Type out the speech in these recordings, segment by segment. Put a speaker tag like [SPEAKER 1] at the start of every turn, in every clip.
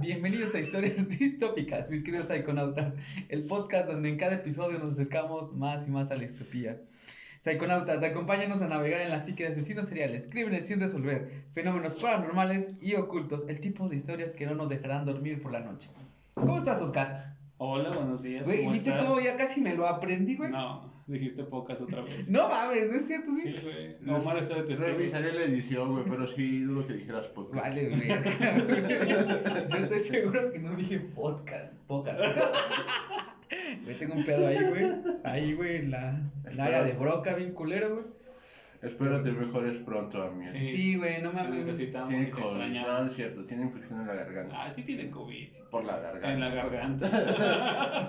[SPEAKER 1] Bienvenidos a Historias Distópicas, mis queridos psiconautas, el podcast donde en cada episodio nos acercamos más y más a la distopía. Psiconautas, acompáñanos a navegar en la psique de asesinos seriales, crímenes sin resolver, fenómenos paranormales y ocultos, el tipo de historias que no nos dejarán dormir por la noche. ¿Cómo estás, Oscar?
[SPEAKER 2] Hola, buenos días.
[SPEAKER 1] Güey,
[SPEAKER 2] ¿cómo
[SPEAKER 1] ¿viste
[SPEAKER 2] estás?
[SPEAKER 1] cómo ya casi me lo aprendí, güey?
[SPEAKER 2] No, dijiste pocas otra vez.
[SPEAKER 1] No mames, ¿no es cierto? Sí.
[SPEAKER 2] Sí, güey. No, Omar está de testigo.
[SPEAKER 3] Revisaré la edición, güey, pero sí dudo que dijeras podcast.
[SPEAKER 1] Este, Vale, güey. Yo estoy seguro que no dije podcast, pocas. Güey, tengo un pedo ahí, güey. Ahí, güey, en la, en la área de broca, bien culero, güey.
[SPEAKER 3] Espero te mejores pronto, amigo.
[SPEAKER 2] Sí.
[SPEAKER 1] Sí, güey, no
[SPEAKER 2] Te
[SPEAKER 1] mames. güey.
[SPEAKER 2] necesitamos y
[SPEAKER 3] Tiene
[SPEAKER 2] te
[SPEAKER 3] COVID. No,
[SPEAKER 2] extrañamos.
[SPEAKER 3] es cierto, tiene infección en la garganta.
[SPEAKER 2] Ah, sí tiene COVID. sí.
[SPEAKER 3] Por la garganta.
[SPEAKER 2] En la garganta.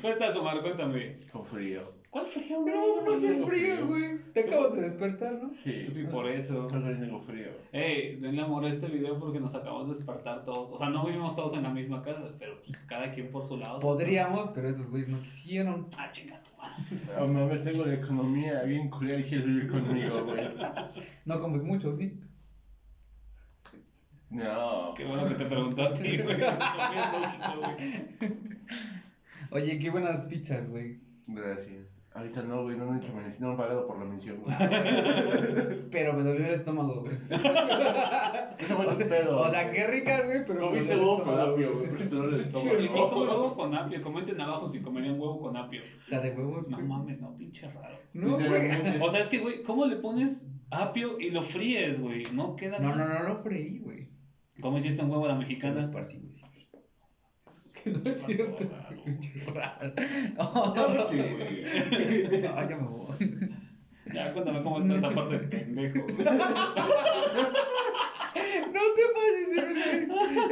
[SPEAKER 2] ¿Cómo estás, Omar? Cuéntame.
[SPEAKER 3] Con frío.
[SPEAKER 2] ¿Cuál frío, güey?
[SPEAKER 1] No, no hace
[SPEAKER 3] Tengo
[SPEAKER 1] frío,
[SPEAKER 3] frío.
[SPEAKER 1] güey. Te acabas de despertar, ¿no?
[SPEAKER 3] Sí.
[SPEAKER 2] Sí, por eso.
[SPEAKER 3] Yo también tengo frío.
[SPEAKER 2] Ey, denle amor a este video porque nos acabamos de despertar todos. O sea, no vivimos todos en la misma casa, pero pues, cada quien por su lado.
[SPEAKER 1] Podríamos, pero esos güeyes no quisieron.
[SPEAKER 2] Ah, chinga tu madre.
[SPEAKER 3] A mames, tengo la economía bien culera y quieres vivir conmigo, güey.
[SPEAKER 1] No comes mucho, ¿sí?
[SPEAKER 3] No.
[SPEAKER 2] Qué bueno que te preguntó a ti, güey. Es lógico, güey.
[SPEAKER 1] Oye, qué buenas pizzas, güey.
[SPEAKER 3] Gracias. Ahorita no, güey, no han hecho mención, no han pagado por la mención, güey.
[SPEAKER 1] Pero me dolió el estómago, güey.
[SPEAKER 3] Eso fue tu pedo.
[SPEAKER 1] O sea, qué ricas, güey, pero me dolió
[SPEAKER 3] Comiste
[SPEAKER 1] el
[SPEAKER 3] huevo
[SPEAKER 1] estómago,
[SPEAKER 3] palapio,
[SPEAKER 1] güey.
[SPEAKER 3] güey, pero eso duele el
[SPEAKER 2] ¿Y quién come
[SPEAKER 3] estómago.
[SPEAKER 2] huevo con apio? Comenten abajo si comerían huevo con apio.
[SPEAKER 1] La de huevos,
[SPEAKER 2] No
[SPEAKER 1] güey.
[SPEAKER 2] mames, no, pinche raro.
[SPEAKER 1] No, güey.
[SPEAKER 3] Literalmente.
[SPEAKER 2] O sea, es que, güey, ¿cómo le pones apio y lo fríes, güey? No queda.
[SPEAKER 1] No, no, no lo freí, güey.
[SPEAKER 2] ¿Cómo hiciste un huevo a la
[SPEAKER 1] Que no
[SPEAKER 2] mexicana?
[SPEAKER 1] esparcí, güey. Que no es cierto.
[SPEAKER 2] Raro.
[SPEAKER 1] Raro.
[SPEAKER 3] Cállate, güey.
[SPEAKER 1] No, ya me voy.
[SPEAKER 2] Ya, cuéntame cómo está esta parte de pendejo, güey.
[SPEAKER 1] No te pases, güey.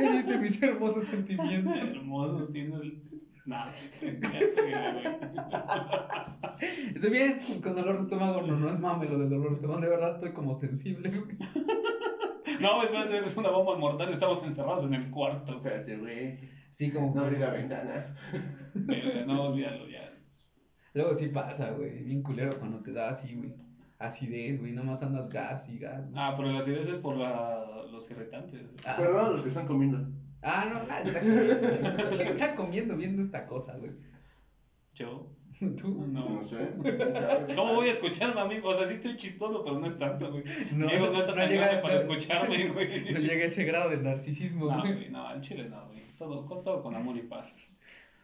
[SPEAKER 1] Heriste mis hermosos sentimientos.
[SPEAKER 2] Hermosos tienes. Nada, ya sé, güey.
[SPEAKER 1] Estoy bien, con dolor de estómago. No, no es mame lo del dolor de estómago. De verdad, estoy como sensible, güey.
[SPEAKER 2] No, espérate, es una bomba mortal. Estamos encerrados en el cuarto.
[SPEAKER 3] Espérate, güey.
[SPEAKER 1] Sí, como.
[SPEAKER 3] No abrí la ventana.
[SPEAKER 2] Verga, No, olvídalo ya.
[SPEAKER 1] Luego sí pasa, güey. Bien culero cuando te da así, güey. Acidez, güey. Nomás andas gas y gas, güey.
[SPEAKER 2] Ah, pero las ideas es por la, los irritantes. güey.
[SPEAKER 1] Ah,
[SPEAKER 3] Perdón, los que están comiendo.
[SPEAKER 1] ah, no, ah, está comiendo. ¿Quién está comiendo viendo esta cosa, güey?
[SPEAKER 2] Yo,
[SPEAKER 1] ¿Tú?
[SPEAKER 2] no.
[SPEAKER 3] No sé. ¿quién sabe?
[SPEAKER 2] ¿Cómo voy a escucharme a mí? O sea, sí estoy chistoso, pero no es tanto, güey. Diego no está tan
[SPEAKER 1] llega-
[SPEAKER 2] grande para
[SPEAKER 1] no-
[SPEAKER 2] escucharme,
[SPEAKER 1] No
[SPEAKER 2] güey.
[SPEAKER 1] llega a ese grado de narcisismo,
[SPEAKER 2] No,
[SPEAKER 1] güey.
[SPEAKER 2] güey, no, al chile no, güey. Todo con, todo con amor y paz.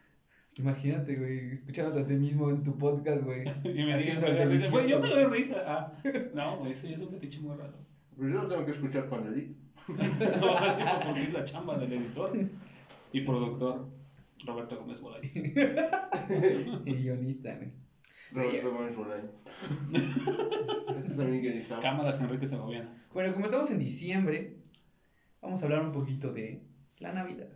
[SPEAKER 1] Imagínate, güey, escuchándote a ti mismo en tu podcast, güey.
[SPEAKER 2] Y me dicen,
[SPEAKER 1] Haciendo
[SPEAKER 2] güey,
[SPEAKER 1] el
[SPEAKER 2] dice, güey, yo me
[SPEAKER 1] delicioso.
[SPEAKER 2] doy risa. Ah, no, güey, eso ya es un fetiche muy raro.
[SPEAKER 3] Pues yo lo tengo que escuchar cuando edito.
[SPEAKER 2] No, o sea, sí, porque es la chamba del editor y productor. Roberto Gómez Bolaños.
[SPEAKER 1] Y guionista, güey.
[SPEAKER 3] Roberto Gómez Bolaño. Eso también que dije. ah,
[SPEAKER 2] Cámaras Enrique Segoviana.
[SPEAKER 1] Bueno, como estamos en diciembre, vamos a hablar un poquito de la Navidad.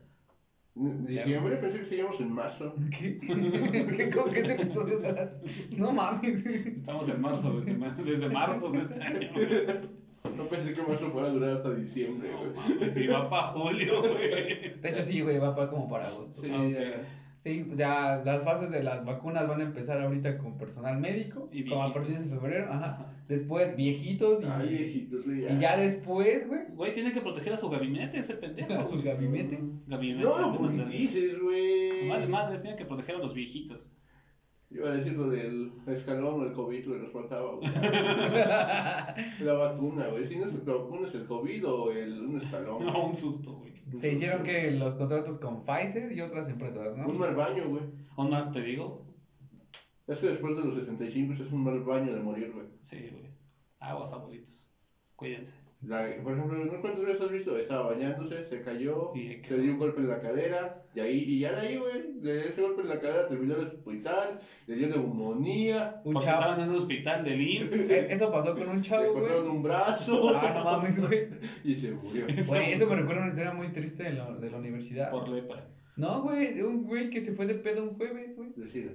[SPEAKER 3] Diciembre pensé que seguíamos en marzo.
[SPEAKER 1] ¿Qué? ¿Qué? ¿Cómo que este episodio es a las- No mames.
[SPEAKER 2] Estamos en marzo, de este ma- desde marzo de este año, güey.
[SPEAKER 3] No pensé que marzo fuera a durar hasta diciembre,
[SPEAKER 2] No,
[SPEAKER 3] güey.
[SPEAKER 2] mames, y va para julio, güey.
[SPEAKER 1] De hecho, sí, güey, va para como para agosto.
[SPEAKER 3] Sí,
[SPEAKER 2] ok.
[SPEAKER 3] ya.
[SPEAKER 1] Sí, ya las fases de las vacunas van a empezar ahorita con personal médico.
[SPEAKER 2] Y
[SPEAKER 1] como a
[SPEAKER 2] viejitos.
[SPEAKER 1] partir de febrero, ajá. Después viejitos y,
[SPEAKER 3] Ay, viejitos, güey,
[SPEAKER 1] y ya después, güey.
[SPEAKER 2] Güey, tiene que proteger a su gabinete, ese pendejo.
[SPEAKER 1] A su
[SPEAKER 2] güey.
[SPEAKER 1] gabinete.
[SPEAKER 2] Gabinete.
[SPEAKER 3] No lo
[SPEAKER 2] este, más grande.
[SPEAKER 3] politices, güey.
[SPEAKER 2] Vale, madres, tienen que proteger a los viejitos.
[SPEAKER 3] Yo Iba a decir lo del escalón o el COVID que nos faltaba, güey. La vacuna, güey. Si no es la vacuna, es el COVID o el, un escalón.
[SPEAKER 2] No, un susto, güey.
[SPEAKER 1] Se hicieron que los contratos con Pfizer y otras empresas,
[SPEAKER 3] Un
[SPEAKER 1] ¿no?
[SPEAKER 3] mal baño, güey.
[SPEAKER 2] Onda, te digo.
[SPEAKER 3] Es que después de los 65 es un mal baño de morir, güey.
[SPEAKER 2] Sí, güey. Aguas, abuelitos. Cuídense.
[SPEAKER 3] La- por ejemplo, ¿no cuántas veces has visto? Estaba bañándose, se cayó,
[SPEAKER 2] Y ahí
[SPEAKER 3] se dio un golpe en la cadera, y ahí, y ya de ahí, güey, de ese golpe en la cadera terminó en el hospital, le dio neumonía,
[SPEAKER 1] Un
[SPEAKER 2] Porque
[SPEAKER 1] chavo.
[SPEAKER 2] estaban en un hospital de IMSS.
[SPEAKER 1] Eh, Eso pasó con un
[SPEAKER 3] le
[SPEAKER 1] chavo, güey.
[SPEAKER 3] cortaron un brazo
[SPEAKER 1] Ah, no mames, güey.
[SPEAKER 3] y se murió.
[SPEAKER 1] Güey, eso me recuerda a una historia muy triste de la, de la universidad.
[SPEAKER 2] Por lepra.
[SPEAKER 1] No, güey, un güey que se fue de pedo un jueves, güey.
[SPEAKER 3] Decida.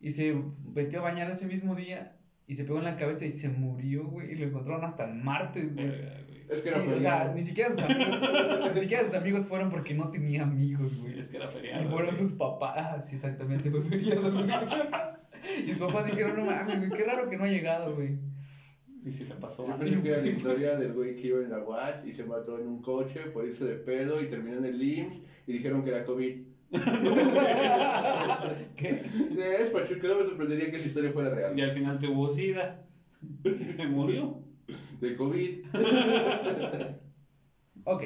[SPEAKER 1] Y se metió a bañar ese mismo día y se pegó en la cabeza y se murió, güey. Y lo encontraron hasta el martes, güey.
[SPEAKER 2] Verga, güey.
[SPEAKER 3] Eh, Es que
[SPEAKER 1] Sí,
[SPEAKER 3] era
[SPEAKER 1] o sea,
[SPEAKER 3] feriado.
[SPEAKER 1] ni siquiera sus amigos, ni siquiera sus amigos fueron porque no tenía amigos, güey.
[SPEAKER 2] Es que era feriado.
[SPEAKER 1] Y fueron
[SPEAKER 2] güey.
[SPEAKER 1] sus papás, ah, sí, exactamente, fue feriado, güey. Y sus papás dijeron, no mames, güey, qué raro que no ha llegado, güey.
[SPEAKER 2] Y si le pasó
[SPEAKER 3] Yo
[SPEAKER 2] algo.
[SPEAKER 3] pensé que era la historia del güey que iba en la UAT y se mató en un coche por irse de pedo y terminó en el IMSS y dijeron que era COVID.
[SPEAKER 1] ¿Qué?
[SPEAKER 3] Es Pachuca, no me sorprendería que esa historia fuera real.
[SPEAKER 2] Y al final tuvo sida. Y se murió.
[SPEAKER 3] De COVID.
[SPEAKER 1] Ok.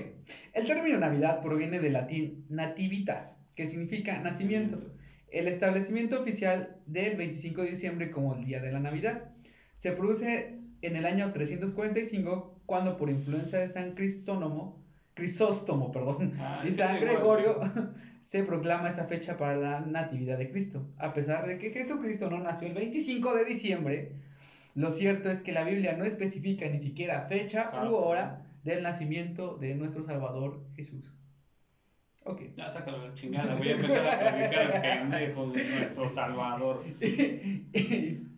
[SPEAKER 1] El término Navidad proviene del latín nativitas, que significa nacimiento. El establecimiento oficial del 25 de diciembre como el día de la Navidad se produce en el año 345 cuando por influencia de San Cristónomo, Crisóstomo, perdón,
[SPEAKER 2] Ah,
[SPEAKER 1] y
[SPEAKER 2] ese
[SPEAKER 1] San
[SPEAKER 2] llegó a-
[SPEAKER 1] Gregorio se proclama esa fecha para la Natividad de Cristo. A pesar de que Jesucristo no nació el 25 de diciembre, lo cierto es que la Biblia no especifica ni siquiera fecha
[SPEAKER 2] Ah.
[SPEAKER 1] u hora del nacimiento de nuestro Salvador Jesús. Ok.
[SPEAKER 2] Ya sácalo a la chingada, voy a empezar a predicar al pendejo de nuestro salvador.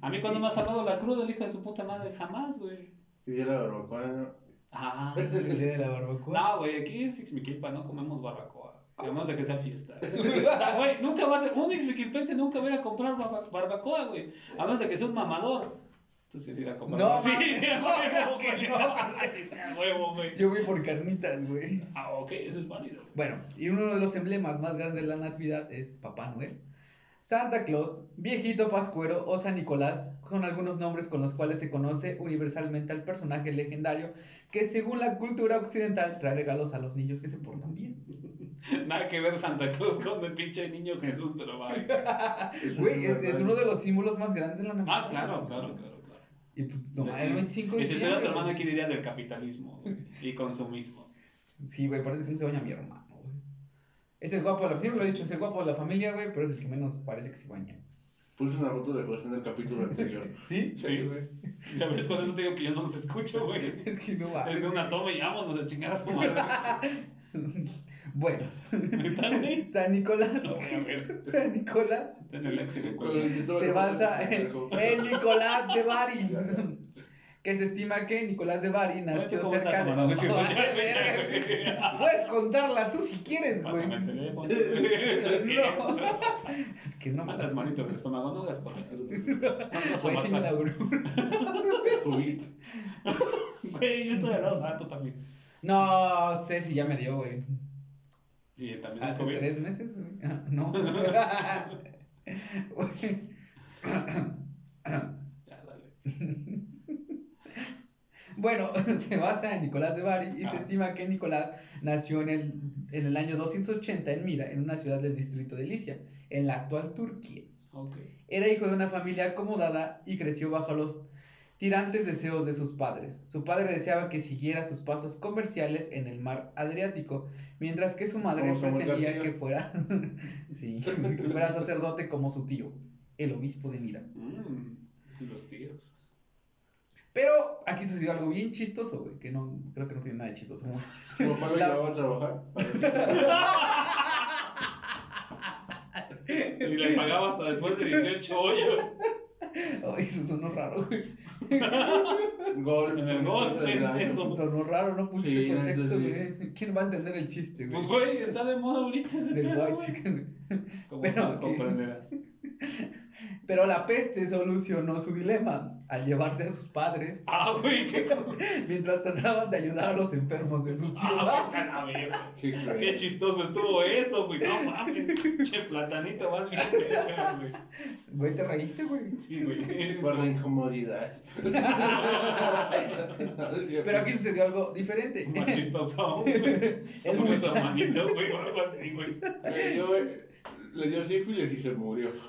[SPEAKER 2] A mí cuando me ha salvado la cruda, el hijo de su puta madre, jamás, güey.
[SPEAKER 3] Y ya la barbacoa, ¿no?
[SPEAKER 2] Ah.
[SPEAKER 1] El día de la barbacoa.
[SPEAKER 2] No, güey, aquí en Ixmiquilpa no comemos barbacoa. Comemos de que sea fiesta. güey. O sea, güey, nunca vas a... Un Ixmiquilpense nunca va a ir a comprar barba- barbacoa, güey. A menos de que sea un mamador. Entonces sí, sí, la comprar.
[SPEAKER 1] No,
[SPEAKER 2] sí,
[SPEAKER 1] mames,
[SPEAKER 2] sí, a
[SPEAKER 1] no,
[SPEAKER 2] huevo,
[SPEAKER 1] claro que
[SPEAKER 2] güey.
[SPEAKER 1] no.
[SPEAKER 2] Sí, sí, a huevo, güey.
[SPEAKER 1] Yo voy por carnitas, güey.
[SPEAKER 2] Ah, ok, eso es válido. güey.
[SPEAKER 1] Bueno, y uno de los emblemas más grandes de la Natividad es Papá Noel. Santa Claus, viejito Pascuero o San Nicolás son algunos nombres con los cuales se conoce universalmente al personaje legendario que según la cultura occidental trae regalos a los niños que se portan bien.
[SPEAKER 2] Nada que ver Santa Claus con el pinche niño Jesús, pero va.
[SPEAKER 1] Güey, es, es uno de los símbolos más grandes de la Navidad.
[SPEAKER 2] Ah, claro, claro, claro. claro.
[SPEAKER 1] Y pues no, el 25 de
[SPEAKER 2] Y si estuviera tu
[SPEAKER 1] diciembre,
[SPEAKER 2] hermano
[SPEAKER 1] güey.
[SPEAKER 2] aquí diría del capitalismo güey, y consumismo.
[SPEAKER 1] Sí, güey, parece que no se baña mi hermano, güey. Es el guapo de la siempre lo he dicho, es el guapo de la familia, güey, pero es el que menos parece que se baña.
[SPEAKER 3] Puse una foto de José en el capítulo anterior.
[SPEAKER 1] ¿Sí?
[SPEAKER 2] Sí.
[SPEAKER 3] güey.
[SPEAKER 2] Ya ves, con eso te digo que yo no los escucho, güey.
[SPEAKER 1] Es que no va.
[SPEAKER 2] Es una toma y vámonos a chingar a su madre.
[SPEAKER 1] Bueno,
[SPEAKER 2] ¿Neta, güey?
[SPEAKER 1] San Nicolás.
[SPEAKER 2] Lo voy a ver.
[SPEAKER 1] San Nicolás
[SPEAKER 2] Ten el axi de
[SPEAKER 3] Con el
[SPEAKER 2] cuello.
[SPEAKER 3] título de
[SPEAKER 1] se
[SPEAKER 3] la foto
[SPEAKER 1] basa
[SPEAKER 3] del
[SPEAKER 1] en,
[SPEAKER 3] pendejo.
[SPEAKER 1] en Nicolás de Bari.
[SPEAKER 3] Ya, ya.
[SPEAKER 1] Que se estima que Nicolás de Bari nació
[SPEAKER 2] ¿Cómo
[SPEAKER 1] cerca
[SPEAKER 2] estás,
[SPEAKER 1] de.
[SPEAKER 2] hermano? No es cierto,
[SPEAKER 1] Ay,
[SPEAKER 2] ya,
[SPEAKER 1] verga,
[SPEAKER 2] ya,
[SPEAKER 1] güey.
[SPEAKER 2] güey.
[SPEAKER 1] Puedes contarla tú si quieres, güey.
[SPEAKER 2] Pásame el teléfono. Es cierto.
[SPEAKER 1] Es que no
[SPEAKER 2] Mandas
[SPEAKER 1] mames.
[SPEAKER 2] manito en el estómago, no hagas corajes, güey.
[SPEAKER 1] Fue
[SPEAKER 2] No
[SPEAKER 1] sin
[SPEAKER 2] sin
[SPEAKER 1] laburo.
[SPEAKER 3] Es COVID.
[SPEAKER 2] Güey, yo estoy al lado. Ah, tú también.
[SPEAKER 1] No sé si ya me dio, güey.
[SPEAKER 2] Y también el
[SPEAKER 1] Hace
[SPEAKER 2] COVID.
[SPEAKER 1] tres meses, güey. Ah, No. Güey.
[SPEAKER 2] Ya, dale.
[SPEAKER 1] Bueno, se basa en Nicolás de Bari y se
[SPEAKER 2] Ah.
[SPEAKER 1] estima que Nicolás nació en el, en el año 280 en Mira, en una ciudad del distrito de Licia, en la actual Turquía.
[SPEAKER 2] Ok.
[SPEAKER 1] Era hijo de una familia acomodada y creció bajo los tirantes deseos de sus padres. Su padre deseaba que siguiera sus pasos comerciales en el mar Adriático, mientras que su madre
[SPEAKER 3] Como Samuel
[SPEAKER 1] pretendía que
[SPEAKER 3] García.
[SPEAKER 1] fuera, sí, que fuera sacerdote como su tío, el obispo de Mira.
[SPEAKER 2] Mm, los tíos.
[SPEAKER 1] Pero aquí sucedió algo bien chistoso, güey, que no creo que no tiene nada de chistoso.
[SPEAKER 3] Mi papá lo
[SPEAKER 1] La-
[SPEAKER 3] llevaba a trabajar. para-
[SPEAKER 2] Y le pagaba hasta después de 18 hoyos.
[SPEAKER 1] Ay, eso sonó raro, güey.
[SPEAKER 3] Golf.
[SPEAKER 2] En el golf, pendejo.
[SPEAKER 1] Sonó raro, no pusiste
[SPEAKER 3] Sí, no,
[SPEAKER 1] contexto,
[SPEAKER 3] entonces,
[SPEAKER 1] güey. ¿Quién va a entender el chiste, güey?
[SPEAKER 2] Pues, güey, está de moda ahorita ese
[SPEAKER 1] Del
[SPEAKER 2] pedo,
[SPEAKER 1] white
[SPEAKER 2] Pues, güey.
[SPEAKER 1] chicken, güey.
[SPEAKER 2] Como
[SPEAKER 1] Pero,
[SPEAKER 2] tú
[SPEAKER 1] ¿qué?
[SPEAKER 2] comprenderás.
[SPEAKER 1] Pero la peste solucionó su dilema al llevarse a sus padres
[SPEAKER 2] Ah, güey, qué cabrón.
[SPEAKER 1] mientras trataban de ayudar a los enfermos de su
[SPEAKER 2] Ah,
[SPEAKER 1] ciudad.
[SPEAKER 2] güey, a la verga.
[SPEAKER 3] Qué
[SPEAKER 2] Qué
[SPEAKER 3] cruel.
[SPEAKER 2] chistoso estuvo eso, güey. No mames. Che, platanito, vas bien, verga, güey.
[SPEAKER 1] Güey, ¿te reíste, güey?
[SPEAKER 2] Sí, güey.
[SPEAKER 3] Por la incomodidad. No, es cierto.
[SPEAKER 1] Pero aquí sucedió algo diferente.
[SPEAKER 2] Más chistoso, güey. Se
[SPEAKER 1] El
[SPEAKER 2] puso su
[SPEAKER 1] muchacho.
[SPEAKER 2] manito, güey, o algo así, güey.
[SPEAKER 3] Le dio, le dio sífilis y se murió.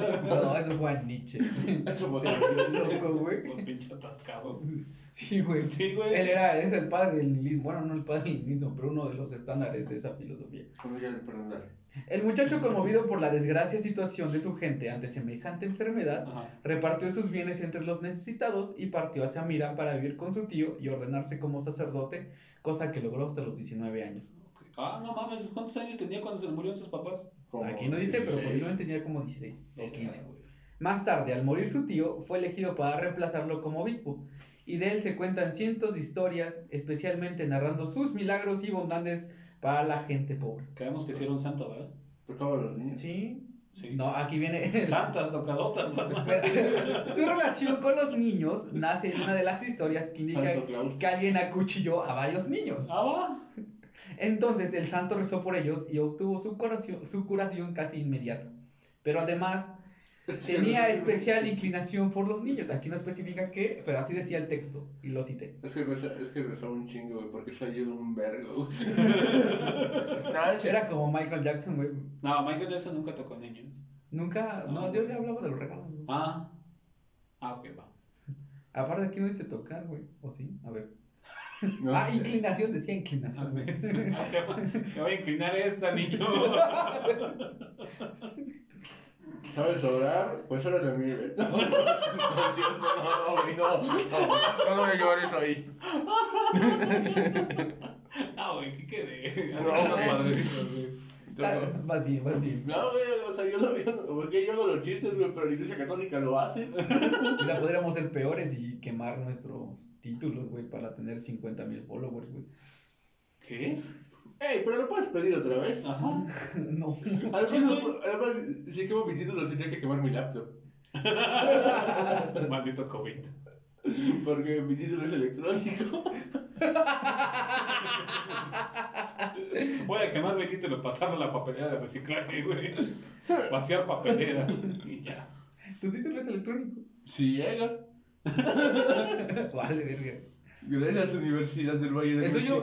[SPEAKER 1] No, eso fue a Nietzsche.
[SPEAKER 3] Eso fue-
[SPEAKER 1] Loco, güey.
[SPEAKER 2] Con pinche atascado.
[SPEAKER 1] Sí, güey.
[SPEAKER 2] Sí,
[SPEAKER 1] Él
[SPEAKER 2] güey.
[SPEAKER 1] era, es el padre del nihilismo. Bueno, no el padre del nihilismo, pero uno de los estándares de esa filosofía.
[SPEAKER 3] Bueno, ya, perdón, dale.
[SPEAKER 1] El muchacho, conmovido por la desgracia y situación de su gente ante semejante enfermedad,
[SPEAKER 2] Ajá.
[SPEAKER 1] repartió sus bienes entre los necesitados y partió hacia Mira para vivir con su tío y ordenarse como sacerdote, cosa que logró hasta los 19 años.
[SPEAKER 2] Ok. Ah, no mames, pues, ¿cuántos años tenía cuando se le murieron sus papás?
[SPEAKER 3] Como-
[SPEAKER 1] Aquí no dice, pero
[SPEAKER 3] Sí.
[SPEAKER 1] posiblemente tenía como 16 o
[SPEAKER 2] Ok,
[SPEAKER 1] 15.
[SPEAKER 2] güey.
[SPEAKER 1] Más tarde, al morir su tío, fue elegido para reemplazarlo como obispo, y de él se cuentan cientos de historias, especialmente narrando sus milagros y bondades para la gente pobre.
[SPEAKER 2] Creemos que sí era un santo, ¿verdad?
[SPEAKER 3] Tocaba a los niños.
[SPEAKER 1] pues Sí,
[SPEAKER 2] Sí.
[SPEAKER 1] No, aquí viene.
[SPEAKER 2] Santas tocadotas, Batman.
[SPEAKER 1] Su relación con los niños nace en una de las historias que indica
[SPEAKER 3] Santo Claus.
[SPEAKER 1] que alguien acuchilló a varios niños.
[SPEAKER 2] Ah, va.
[SPEAKER 1] Entonces el santo rezó por ellos y obtuvo su curación, su curación casi inmediata. Pero además tenía especial inclinación por los niños. Aquí no especifica qué, pero así decía el texto y lo cité.
[SPEAKER 3] Es que reza, es que reza un chingo, güey, porque eso ayuda un vergo. Nada, en serio.
[SPEAKER 1] Era como Michael Jackson, güey.
[SPEAKER 2] No, Michael Jackson nunca tocó niños.
[SPEAKER 1] Nunca, no,
[SPEAKER 3] Ah,
[SPEAKER 2] No.
[SPEAKER 1] Dios ya hablaba de los regalos. güey.
[SPEAKER 2] Ah. Ah, ok, va.
[SPEAKER 1] Aparte aquí no dice tocar, güey. ¿O sí? A ver.
[SPEAKER 3] No
[SPEAKER 1] ah,
[SPEAKER 3] sé.
[SPEAKER 1] inclinación, decía
[SPEAKER 2] Ah,
[SPEAKER 1] inclinación.
[SPEAKER 2] sí. Ah, Te va- te voy a inclinar esta, niño.
[SPEAKER 3] ¿Sabes orar? Pues órale a mí, güey. No, no, no, es cierto, no, no, güey, no, no, güey. no, voy a llevar eso ahí.
[SPEAKER 2] Ah, güey, ¿qué quede? Así
[SPEAKER 3] No,
[SPEAKER 2] son los
[SPEAKER 3] güey.
[SPEAKER 2] padrecitos, güey.
[SPEAKER 1] Ah,
[SPEAKER 3] No,
[SPEAKER 1] Vas bien, vas bien.
[SPEAKER 3] güey, o sea, yo sabía, porque yo hago los chistes, güey, pero la iglesia católica lo hace.
[SPEAKER 1] Mira, podríamos ser peores y quemar nuestros títulos, güey, para tener 50 mil followers, güey.
[SPEAKER 2] ¿Qué?
[SPEAKER 3] Ey, pero lo puedes pedir otra vez.
[SPEAKER 2] Ajá.
[SPEAKER 1] No.
[SPEAKER 3] Además,
[SPEAKER 2] Sí,
[SPEAKER 3] no
[SPEAKER 2] güey.
[SPEAKER 3] pu- además si quemo mi título, tendría que quemar mi laptop.
[SPEAKER 2] Maldito COVID.
[SPEAKER 3] Porque mi título es electrónico.
[SPEAKER 2] Voy a quemar mi título, pasarlo a la papelera de reciclaje, güey. Vaciar papelera. Y ya.
[SPEAKER 1] Tu título es electrónico.
[SPEAKER 3] Si llega.
[SPEAKER 1] Vale, verga.
[SPEAKER 3] Gracias, Universidad del Valle del
[SPEAKER 1] El tuyo,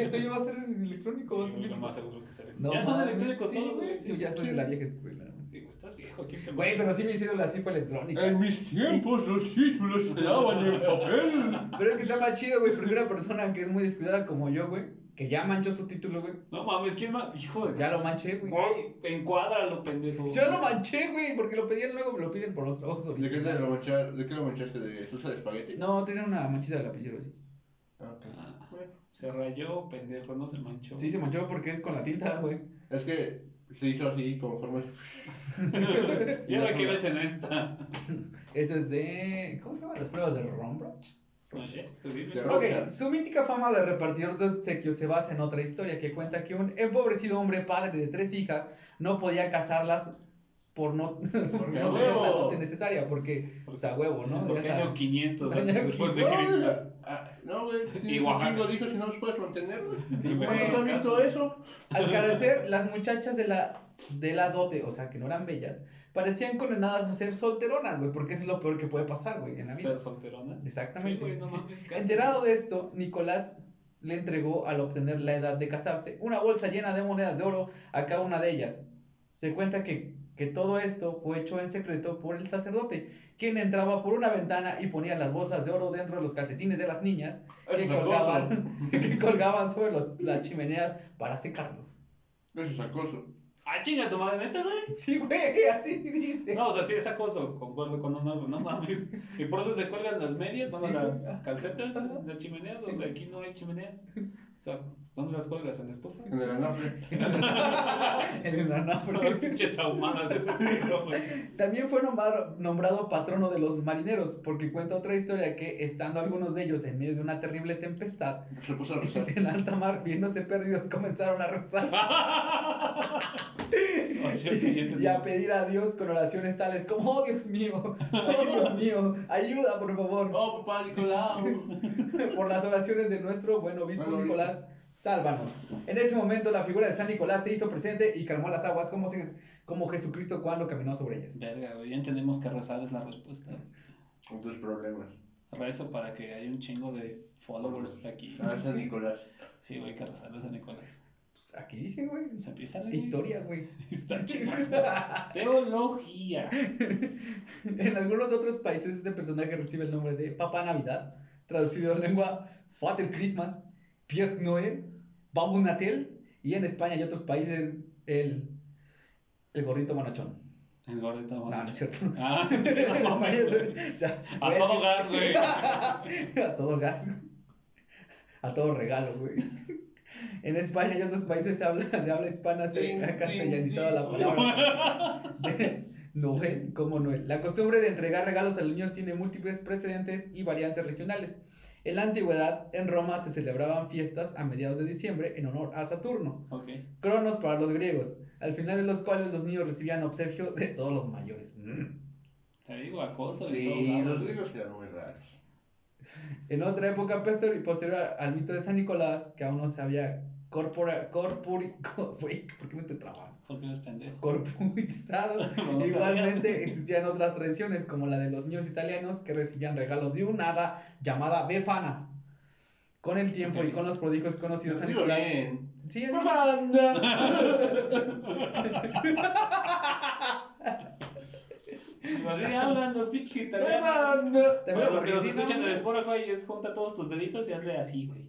[SPEAKER 1] el tuyo va a ser electrónico, va a ser
[SPEAKER 2] Sí, güey, lo
[SPEAKER 1] físico.
[SPEAKER 2] más seguro que será.
[SPEAKER 1] No
[SPEAKER 2] ya son
[SPEAKER 1] mames,
[SPEAKER 2] electrónicos
[SPEAKER 1] sí,
[SPEAKER 2] todos, güey.
[SPEAKER 1] Yo ya soy de la vieja escuela.
[SPEAKER 2] Digo, estás viejo, ¿quién te
[SPEAKER 1] Güey, pero sí mi cédula sí fue electrónica.
[SPEAKER 3] En mis tiempos los títulos se daban en papel.
[SPEAKER 1] Pero es que está más chido, güey, porque una persona que es muy descuidada como yo, güey, que ya manchó su título, güey,
[SPEAKER 2] No mames, ¿quién más? Hijo de.
[SPEAKER 1] ya lo manché, güey.
[SPEAKER 2] Güey, encuádralo, pendejo.
[SPEAKER 1] Yo lo manché, güey, porque lo pedían luego, me lo piden por los trabajos
[SPEAKER 3] ¿De qué te
[SPEAKER 1] originales.
[SPEAKER 3] lo manchaste? ¿De qué lo manchaste? ¿De salsa de espagueti?
[SPEAKER 1] No, tenía una manchita de lapicero, sí.
[SPEAKER 3] Ah, ok.
[SPEAKER 2] Ah,
[SPEAKER 3] Bueno,
[SPEAKER 2] se rayó, pendejo, no se manchó.
[SPEAKER 1] Sí, se manchó porque es con la tinta, güey.
[SPEAKER 3] Es que se hizo así como forma.
[SPEAKER 2] ¿Y ahora qué ves en esta?
[SPEAKER 1] Eso es de. ¿Cómo se llaman las pruebas de Rombroch?
[SPEAKER 2] No sé, tú dime.
[SPEAKER 3] De
[SPEAKER 1] Ok,
[SPEAKER 3] Rocha.
[SPEAKER 1] su mítica fama de repartidor de obsequios se basa en otra historia que cuenta que un empobrecido hombre padre de tres hijas no podía casarlas por no, por
[SPEAKER 3] Porque
[SPEAKER 1] no tener
[SPEAKER 3] huevo.
[SPEAKER 1] la dote necesaria, porque, o sea, huevo, ¿no?
[SPEAKER 2] Porque
[SPEAKER 1] Ya
[SPEAKER 2] año
[SPEAKER 1] saben.
[SPEAKER 2] 500
[SPEAKER 1] Año
[SPEAKER 2] después Pues de
[SPEAKER 1] 500.
[SPEAKER 2] Cristo.
[SPEAKER 3] Ah, No, güey.
[SPEAKER 2] Y
[SPEAKER 3] Y
[SPEAKER 2] Oaxaca.
[SPEAKER 3] Oaxaca dijo si no los puedes mantener, güey.
[SPEAKER 1] Sí,
[SPEAKER 2] güey.
[SPEAKER 3] ¿Cuándo se ha visto eso?
[SPEAKER 1] Al carecer, las muchachas de la, de la dote, o sea, que no eran bellas, parecían condenadas a ser solteronas, güey, porque eso es lo peor que puede pasar, güey, en la vida.
[SPEAKER 2] ¿Ser solterona? Sí,
[SPEAKER 1] Exactamente.
[SPEAKER 2] güey, no mames. ¿qué haces?
[SPEAKER 1] Enterado de esto, Nicolás le entregó al obtener la edad de casarse una bolsa llena de monedas de oro a cada una de ellas. Se cuenta que, que todo esto fue hecho en secreto por el sacerdote, quien entraba por una ventana y ponía las bolsas de oro dentro de los calcetines de las niñas
[SPEAKER 3] Eso
[SPEAKER 1] que
[SPEAKER 3] es acoso.
[SPEAKER 1] colgaban, que colgaban sobre los- las chimeneas para secarlos.
[SPEAKER 3] Eso es acoso.
[SPEAKER 2] Ah, chinga tu madre, neta, güey.
[SPEAKER 1] Sí, güey, así dice.
[SPEAKER 2] No, o sea, sí es acoso, concuerdo con Omar, no mames. Y por eso se cuelgan las medias,
[SPEAKER 1] Sí,
[SPEAKER 2] bueno, las
[SPEAKER 1] güey.
[SPEAKER 2] calcetas,
[SPEAKER 1] Ajá.
[SPEAKER 2] las chimeneas,
[SPEAKER 1] Sí.
[SPEAKER 2] donde aquí no hay chimeneas. O sea, ¿dónde las cuelgas? ¿En la estufa?
[SPEAKER 3] En el anafre.
[SPEAKER 1] El anafre.
[SPEAKER 2] Las pinches ahumadas, ese pedo, güey.
[SPEAKER 1] También fue nombrado, nombrado patrono de los marineros, porque cuenta otra historia que, estando algunos de ellos en medio de una terrible tempestad,
[SPEAKER 3] Se puso a rezar.
[SPEAKER 1] En alta mar, viéndose perdidos, comenzaron a rezar
[SPEAKER 2] O sea, que ya
[SPEAKER 1] y a
[SPEAKER 2] entendí.
[SPEAKER 1] pedir a Dios con oraciones tales como, oh Dios mío, oh Dios mío, ayuda por favor,
[SPEAKER 3] Oh, papá Nicolau.
[SPEAKER 1] por las oraciones de nuestro buen obispo
[SPEAKER 3] Buen obispo.
[SPEAKER 1] Nicolás, sálvanos. En ese momento la figura de San Nicolás se hizo presente y calmó las aguas como, se- como Jesucristo cuando caminó sobre ellas.
[SPEAKER 2] Verga, güey, ya entendemos que rezar es la respuesta.
[SPEAKER 3] Con tus problemas.
[SPEAKER 2] Rezo para que haya un chingo de followers aquí.
[SPEAKER 3] Ah, San Nicolás.
[SPEAKER 2] Sí, güey, que rezarles a Nicolás.
[SPEAKER 1] Pues aquí dice, güey,
[SPEAKER 2] Se empieza la
[SPEAKER 1] historia, güey.
[SPEAKER 2] Está chingando. Teología.
[SPEAKER 1] En algunos otros países este personaje recibe el nombre de Papá Navidad, traducido en lengua Father Christmas, Pierre Noël, Babu Natel, y en España y otros países el, el gordito manachón.
[SPEAKER 2] El gordito.
[SPEAKER 1] No, no es cierto.
[SPEAKER 2] Ah,
[SPEAKER 1] En
[SPEAKER 2] no
[SPEAKER 1] España,
[SPEAKER 2] mames, güey.
[SPEAKER 1] o sea,
[SPEAKER 2] A todo gas, güey.
[SPEAKER 1] a todo gas, güey. A todo regalo, güey. En España y otros países se habla, de habla hispana se ha castellanizado la palabra. Noel, como Noel. La costumbre de entregar regalos a los niños tiene múltiples precedentes y variantes regionales. En la antigüedad, en Roma se celebraban fiestas a mediados de diciembre en honor a Saturno,
[SPEAKER 2] Ok.
[SPEAKER 1] cronos para los griegos, al final de los cuales los niños recibían obsequio de todos los mayores. Mm.
[SPEAKER 2] Te digo, acoso de todos
[SPEAKER 3] Sí,
[SPEAKER 2] lados.
[SPEAKER 3] los griegos eran muy raros.
[SPEAKER 1] En otra época posterior, posterior al mito de San Nicolás, que aún no se había corpora, corpuri, co- güey, ¿por qué me te traba?
[SPEAKER 2] Porque eres pendejo.
[SPEAKER 1] corporizado.
[SPEAKER 2] No,
[SPEAKER 1] Igualmente existían otras tradiciones, como la de los niños italianos que recibían regalos de un hada llamada Befana. Con el tiempo y
[SPEAKER 2] Ok.
[SPEAKER 1] con los prodigios conocidos en
[SPEAKER 3] Los digo
[SPEAKER 1] Nicolás-
[SPEAKER 3] bien.
[SPEAKER 1] Sí, es-
[SPEAKER 2] Así hablan los pinches italianos.
[SPEAKER 3] ¡Fernanda!
[SPEAKER 1] Te
[SPEAKER 2] Para
[SPEAKER 1] veo
[SPEAKER 2] los que nos
[SPEAKER 1] argentino.
[SPEAKER 2] escuchan en Spotify es junta todos tus deditos y hazle así, güey.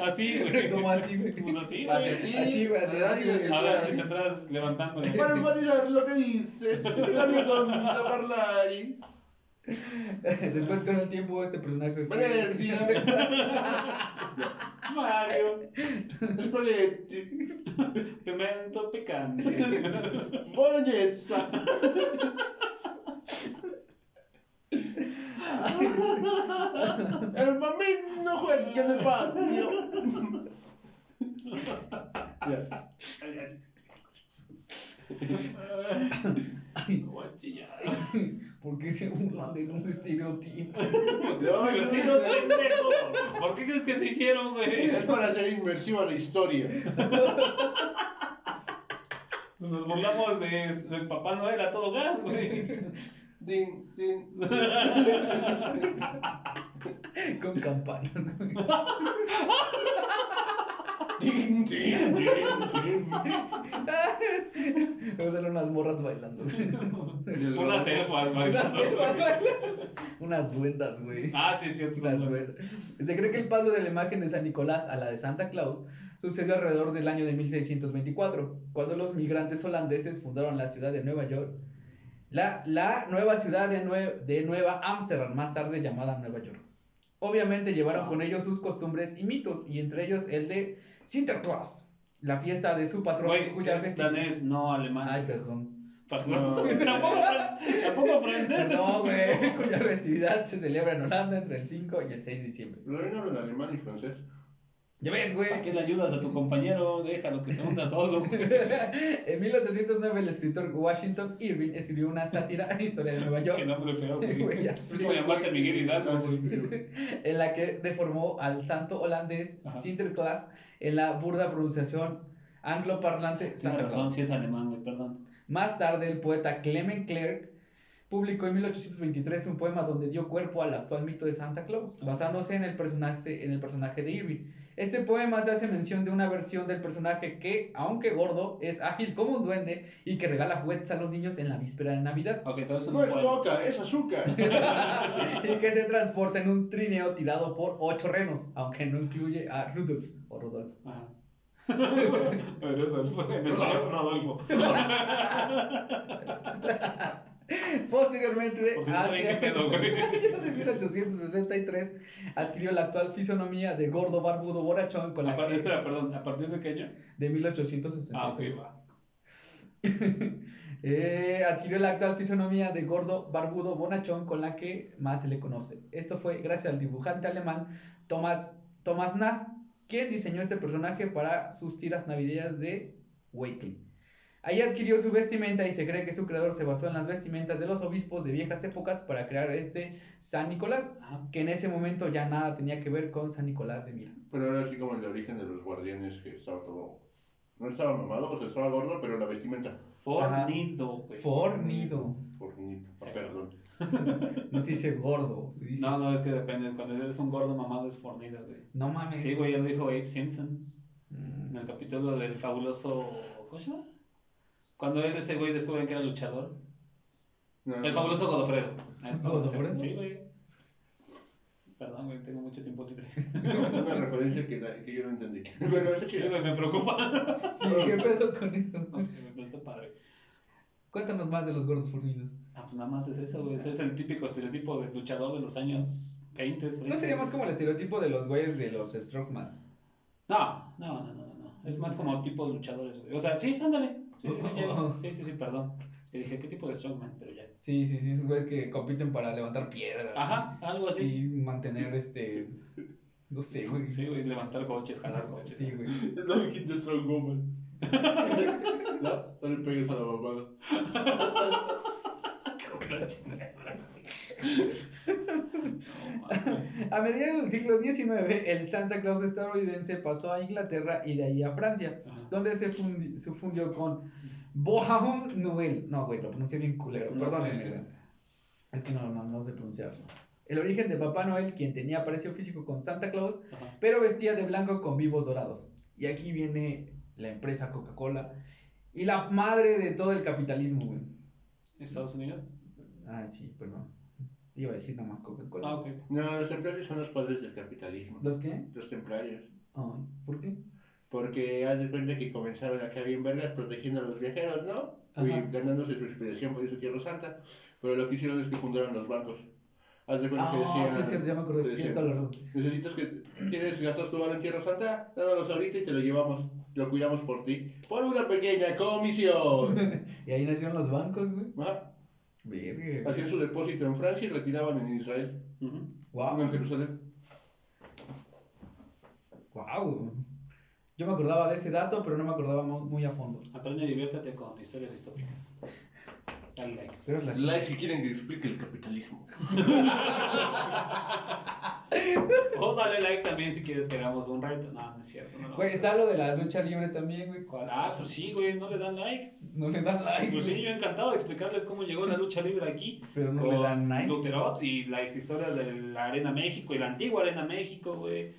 [SPEAKER 2] así, güey.
[SPEAKER 1] Como así, güey.
[SPEAKER 2] Pues así,
[SPEAKER 3] Hacia
[SPEAKER 2] güey.
[SPEAKER 3] ti,
[SPEAKER 1] Así, güey, así,
[SPEAKER 3] adelante,
[SPEAKER 1] así, güey.
[SPEAKER 2] Ahora
[SPEAKER 3] atrás.
[SPEAKER 2] desde atrás, levantando.
[SPEAKER 3] Para enfatizar lo que dices, también con la parlare.
[SPEAKER 1] Después con el tiempo este personaje
[SPEAKER 3] Voy a decir, a
[SPEAKER 2] Mario,
[SPEAKER 3] ver, spaghetti,
[SPEAKER 2] pimento picante.
[SPEAKER 3] bolognesa. El bambino juega en el patio. Ya.
[SPEAKER 2] Voy a chillar.
[SPEAKER 1] ¿Por qué se burlan de unos estereotipos?
[SPEAKER 3] No,
[SPEAKER 2] Los
[SPEAKER 3] es-
[SPEAKER 2] tiros, pendejo. ¿Por qué crees que se hicieron, güey?
[SPEAKER 3] Es para hacer inmersiva la historia.
[SPEAKER 2] Nos burlamos de, de Papá Noel a todo gas, güey.
[SPEAKER 3] Din, din.
[SPEAKER 1] Con campanas, güey.
[SPEAKER 3] Din, din, din,
[SPEAKER 1] Luego salen unas morras bailando, güey.
[SPEAKER 3] din.
[SPEAKER 2] Unas elfas, güey.
[SPEAKER 1] Unas elfas bailando. Unas duendas, güey.
[SPEAKER 2] Ah, sí, es cierto.
[SPEAKER 1] Unas
[SPEAKER 2] son
[SPEAKER 1] duendas. Se cree que el paso de la imagen de San Nicolás a la de Santa Claus sucedió alrededor del año de 1624, cuando los migrantes holandeses fundaron la ciudad de Nueva York, la, la nueva ciudad de, Nue- de Nueva Ámsterdam, más tarde llamada Nueva York. Obviamente llevaron con ellos sus costumbres y mitos, y entre ellos el de Sinterklaas, la fiesta de su patrón,
[SPEAKER 2] Güey,
[SPEAKER 1] cuya
[SPEAKER 2] es
[SPEAKER 1] festi-
[SPEAKER 2] danés, no alemán.
[SPEAKER 1] Ay, perdón.
[SPEAKER 2] Tampoco, fran- tampoco francés,
[SPEAKER 1] No, güey,
[SPEAKER 2] estúpido.
[SPEAKER 1] cuya festividad se celebra en Holanda entre el 5 y el 6 de diciembre.
[SPEAKER 3] Lorena habla de alemán y francés.
[SPEAKER 1] Ya ves, güey.
[SPEAKER 2] ¿Para qué le ayudas a tu compañero? Déjalo que se hunda solo. güey.
[SPEAKER 1] en 1809 el escritor Washington Irving escribió una sátira a la historia de Nueva
[SPEAKER 2] Che
[SPEAKER 1] York,
[SPEAKER 2] nombre feo,
[SPEAKER 1] Güey,
[SPEAKER 2] güey.
[SPEAKER 1] ya
[SPEAKER 2] Es
[SPEAKER 1] sé,
[SPEAKER 2] como llamarte Miguel Hidalgo,
[SPEAKER 3] Ah,
[SPEAKER 2] güey.
[SPEAKER 1] en la que deformó al santo holandés
[SPEAKER 2] Ajá.
[SPEAKER 1] Sinterklaas en la burda pronunciación angloparlante
[SPEAKER 2] Tienes
[SPEAKER 1] Santa
[SPEAKER 2] razón,
[SPEAKER 1] Claus.
[SPEAKER 2] sí es alemán, güey, perdón.
[SPEAKER 1] Más tarde el poeta Clement Clerc publicó en 1823 un poema donde dio cuerpo al actual mito de Santa Claus,
[SPEAKER 2] Ah.
[SPEAKER 1] basándose en el personaje, en el personaje de Irving. Este poema se hace mención de una versión del personaje que, aunque gordo, es ágil como un duende y que regala juguetes a los niños en la víspera de Navidad.
[SPEAKER 2] Ok, todo eso
[SPEAKER 3] No es
[SPEAKER 2] cuadra.
[SPEAKER 3] coca, es azúcar.
[SPEAKER 1] y que se transporta en un trineo tirado por ocho renos, aunque no incluye a Rudolf o Rodolfo.
[SPEAKER 2] Ajá. Pero es Rodolfo. En español es Rodolfo.
[SPEAKER 1] Posteriormente,
[SPEAKER 2] Por si no saben qué pedo, güey.
[SPEAKER 1] año de 1863, adquirió la actual fisonomía de gordo barbudo borrachón con la
[SPEAKER 2] Aparte-
[SPEAKER 1] que-
[SPEAKER 2] Espera, perdón, ¿a partir de qué año?
[SPEAKER 1] de
[SPEAKER 2] Ah, ok,
[SPEAKER 1] 1863.
[SPEAKER 2] va.
[SPEAKER 1] Eh, adquirió la actual fisonomía de gordo barbudo bonachón con la que más se le conoce. Esto fue gracias al dibujante alemán Thomas, Thomas Nass, quien diseñó este personaje para sus tiras navideñas de Wakeley. Ahí adquirió su vestimenta y se cree que su creador se basó en las vestimentas de los obispos de viejas épocas para crear este San Nicolás,
[SPEAKER 2] Ajá.
[SPEAKER 1] que en ese momento ya nada tenía que ver con San Nicolás de Mira.
[SPEAKER 3] Pero era así como el de origen de los guardianes que estaba todo. No estaba mamado, o sea, estaba gordo, pero la vestimenta.
[SPEAKER 2] Fornido, güey.
[SPEAKER 1] Fornido.
[SPEAKER 3] Fornito.
[SPEAKER 2] Sí.
[SPEAKER 3] Perdón.
[SPEAKER 1] No se dice gordo, se dice.
[SPEAKER 2] No, no, es que depende. Cuando eres un gordo mamado es fornido, güey.
[SPEAKER 1] No mames.
[SPEAKER 2] Sí, güey, ya lo dijo Abe Simpson
[SPEAKER 1] Mm.
[SPEAKER 2] en el capítulo del fabuloso. ¿Cómo se llama? Cuando él, ese güey, descubren que era luchador.
[SPEAKER 3] No,
[SPEAKER 2] El fabuloso Godofredo. Ahí está,
[SPEAKER 1] ¿Godofredo?
[SPEAKER 2] Sí, güey. Perdón, güey, tengo mucho tiempo libre.
[SPEAKER 3] no, Una referencia que, na- que yo no entendí. Bueno, es
[SPEAKER 2] Sí,
[SPEAKER 3] que.
[SPEAKER 2] güey, me preocupa.
[SPEAKER 1] Sí, ¿qué pedo con eso?
[SPEAKER 2] No sé, güey, pero está padre.
[SPEAKER 1] Cuéntanos más de los gordos fornidos.
[SPEAKER 2] Ah, pues nada más es eso, güey. Ese es el típico estereotipo de luchador de los años 20, 30.
[SPEAKER 1] ¿No sería más como el estereotipo de los güeyes de los Strongman?
[SPEAKER 2] No, no, no, no, no, no. Es más como tipo de luchadores, güey. O sea, sí, ándale. Sí, sí, sí,
[SPEAKER 1] Oh.
[SPEAKER 2] ya. sí, sí, sí, perdón. Es que dije, ¿qué tipo de strongman? Pero ya.
[SPEAKER 1] Sí, sí, sí, esos güeyes que compiten para levantar piedras.
[SPEAKER 2] Ajá, algo
[SPEAKER 1] y-
[SPEAKER 2] así.
[SPEAKER 1] Y mantener este. No sé, güey.
[SPEAKER 2] Sí, güey, levantar coches, jalar coches.
[SPEAKER 1] Sí, güey.
[SPEAKER 3] Es la viejita Strong Woman. no, no le pegues a la mamá.
[SPEAKER 2] Ah, La chingada. No, mames.
[SPEAKER 1] A mediados del siglo XIX, el Santa Claus estadounidense pasó a Inglaterra y de ahí a Francia,
[SPEAKER 2] Ajá.
[SPEAKER 1] donde se, fundi- se fundió con Bohahun Noel. No, güey, lo pronuncié bien culero,
[SPEAKER 2] No
[SPEAKER 1] perdónenme.
[SPEAKER 2] sé.
[SPEAKER 1] güey. Es que no, no, no sé pronunciarlo. El origen de Papá Noel, quien tenía parecido físico con Santa Claus,
[SPEAKER 2] Ajá.
[SPEAKER 1] pero vestía de blanco con vivos dorados. Y aquí viene la empresa Coca-Cola y la madre de todo el capitalismo, güey.
[SPEAKER 2] ¿Estados Unidos?
[SPEAKER 1] Ah, sí, perdón. Iba a decir nada más Coca-Cola.
[SPEAKER 2] Ah, ok.
[SPEAKER 3] No, los templarios son los padres del capitalismo.
[SPEAKER 1] ¿Los qué?
[SPEAKER 3] Los templarios.
[SPEAKER 1] Ay, ¿Por qué?
[SPEAKER 3] Porque haz de cuenta que comenzaron acá bien vergas protegiendo a los viajeros, ¿no?
[SPEAKER 1] Ajá.
[SPEAKER 3] Y ganándose su inspiración por irse a Tierra Santa. Pero lo que hicieron es que fundaron los bancos. Haz de cuenta
[SPEAKER 1] Ah,
[SPEAKER 3] que decían...
[SPEAKER 1] sí, sí, ya me acordé.
[SPEAKER 3] te
[SPEAKER 1] Tienes
[SPEAKER 3] decían,
[SPEAKER 1] toda la razón.
[SPEAKER 3] Necesitas que... ¿Quieres gastar tu bar en Tierra Santa? Dános ahorita y te lo llevamos. Lo cuidamos por ti. Por una pequeña comisión.
[SPEAKER 1] Y ahí nacieron los bancos, güey.
[SPEAKER 3] Ajá.
[SPEAKER 1] Verga.
[SPEAKER 3] Hacían su depósito en Francia y retiraban en Israel.
[SPEAKER 2] Ujú.
[SPEAKER 3] No en
[SPEAKER 1] Wow,
[SPEAKER 3] Jerusalén.
[SPEAKER 1] wow. Yo me acordaba de ese dato, pero no me acordaba mu- muy a fondo.
[SPEAKER 2] Aprende y diviértete con historias distópicas. Dale like.
[SPEAKER 1] Pero es la
[SPEAKER 3] Like si quieren que explique el capitalismo.
[SPEAKER 2] O dale like también si quieres que hagamos un reto. No, no es cierto. No lo
[SPEAKER 1] Güey,
[SPEAKER 2] vamos a
[SPEAKER 1] está lo de la lucha libre también, güey.
[SPEAKER 2] ¿Cuál? Ah, pues sí, güey, no le dan like.
[SPEAKER 1] No le dan like,
[SPEAKER 2] Pues
[SPEAKER 1] güey,
[SPEAKER 2] sí, yo encantado de explicarles cómo llegó la lucha libre aquí.
[SPEAKER 1] pero no
[SPEAKER 2] Con
[SPEAKER 1] le dan like.
[SPEAKER 2] Luterot y las historias de la Arena México y la antigua Arena México, güey.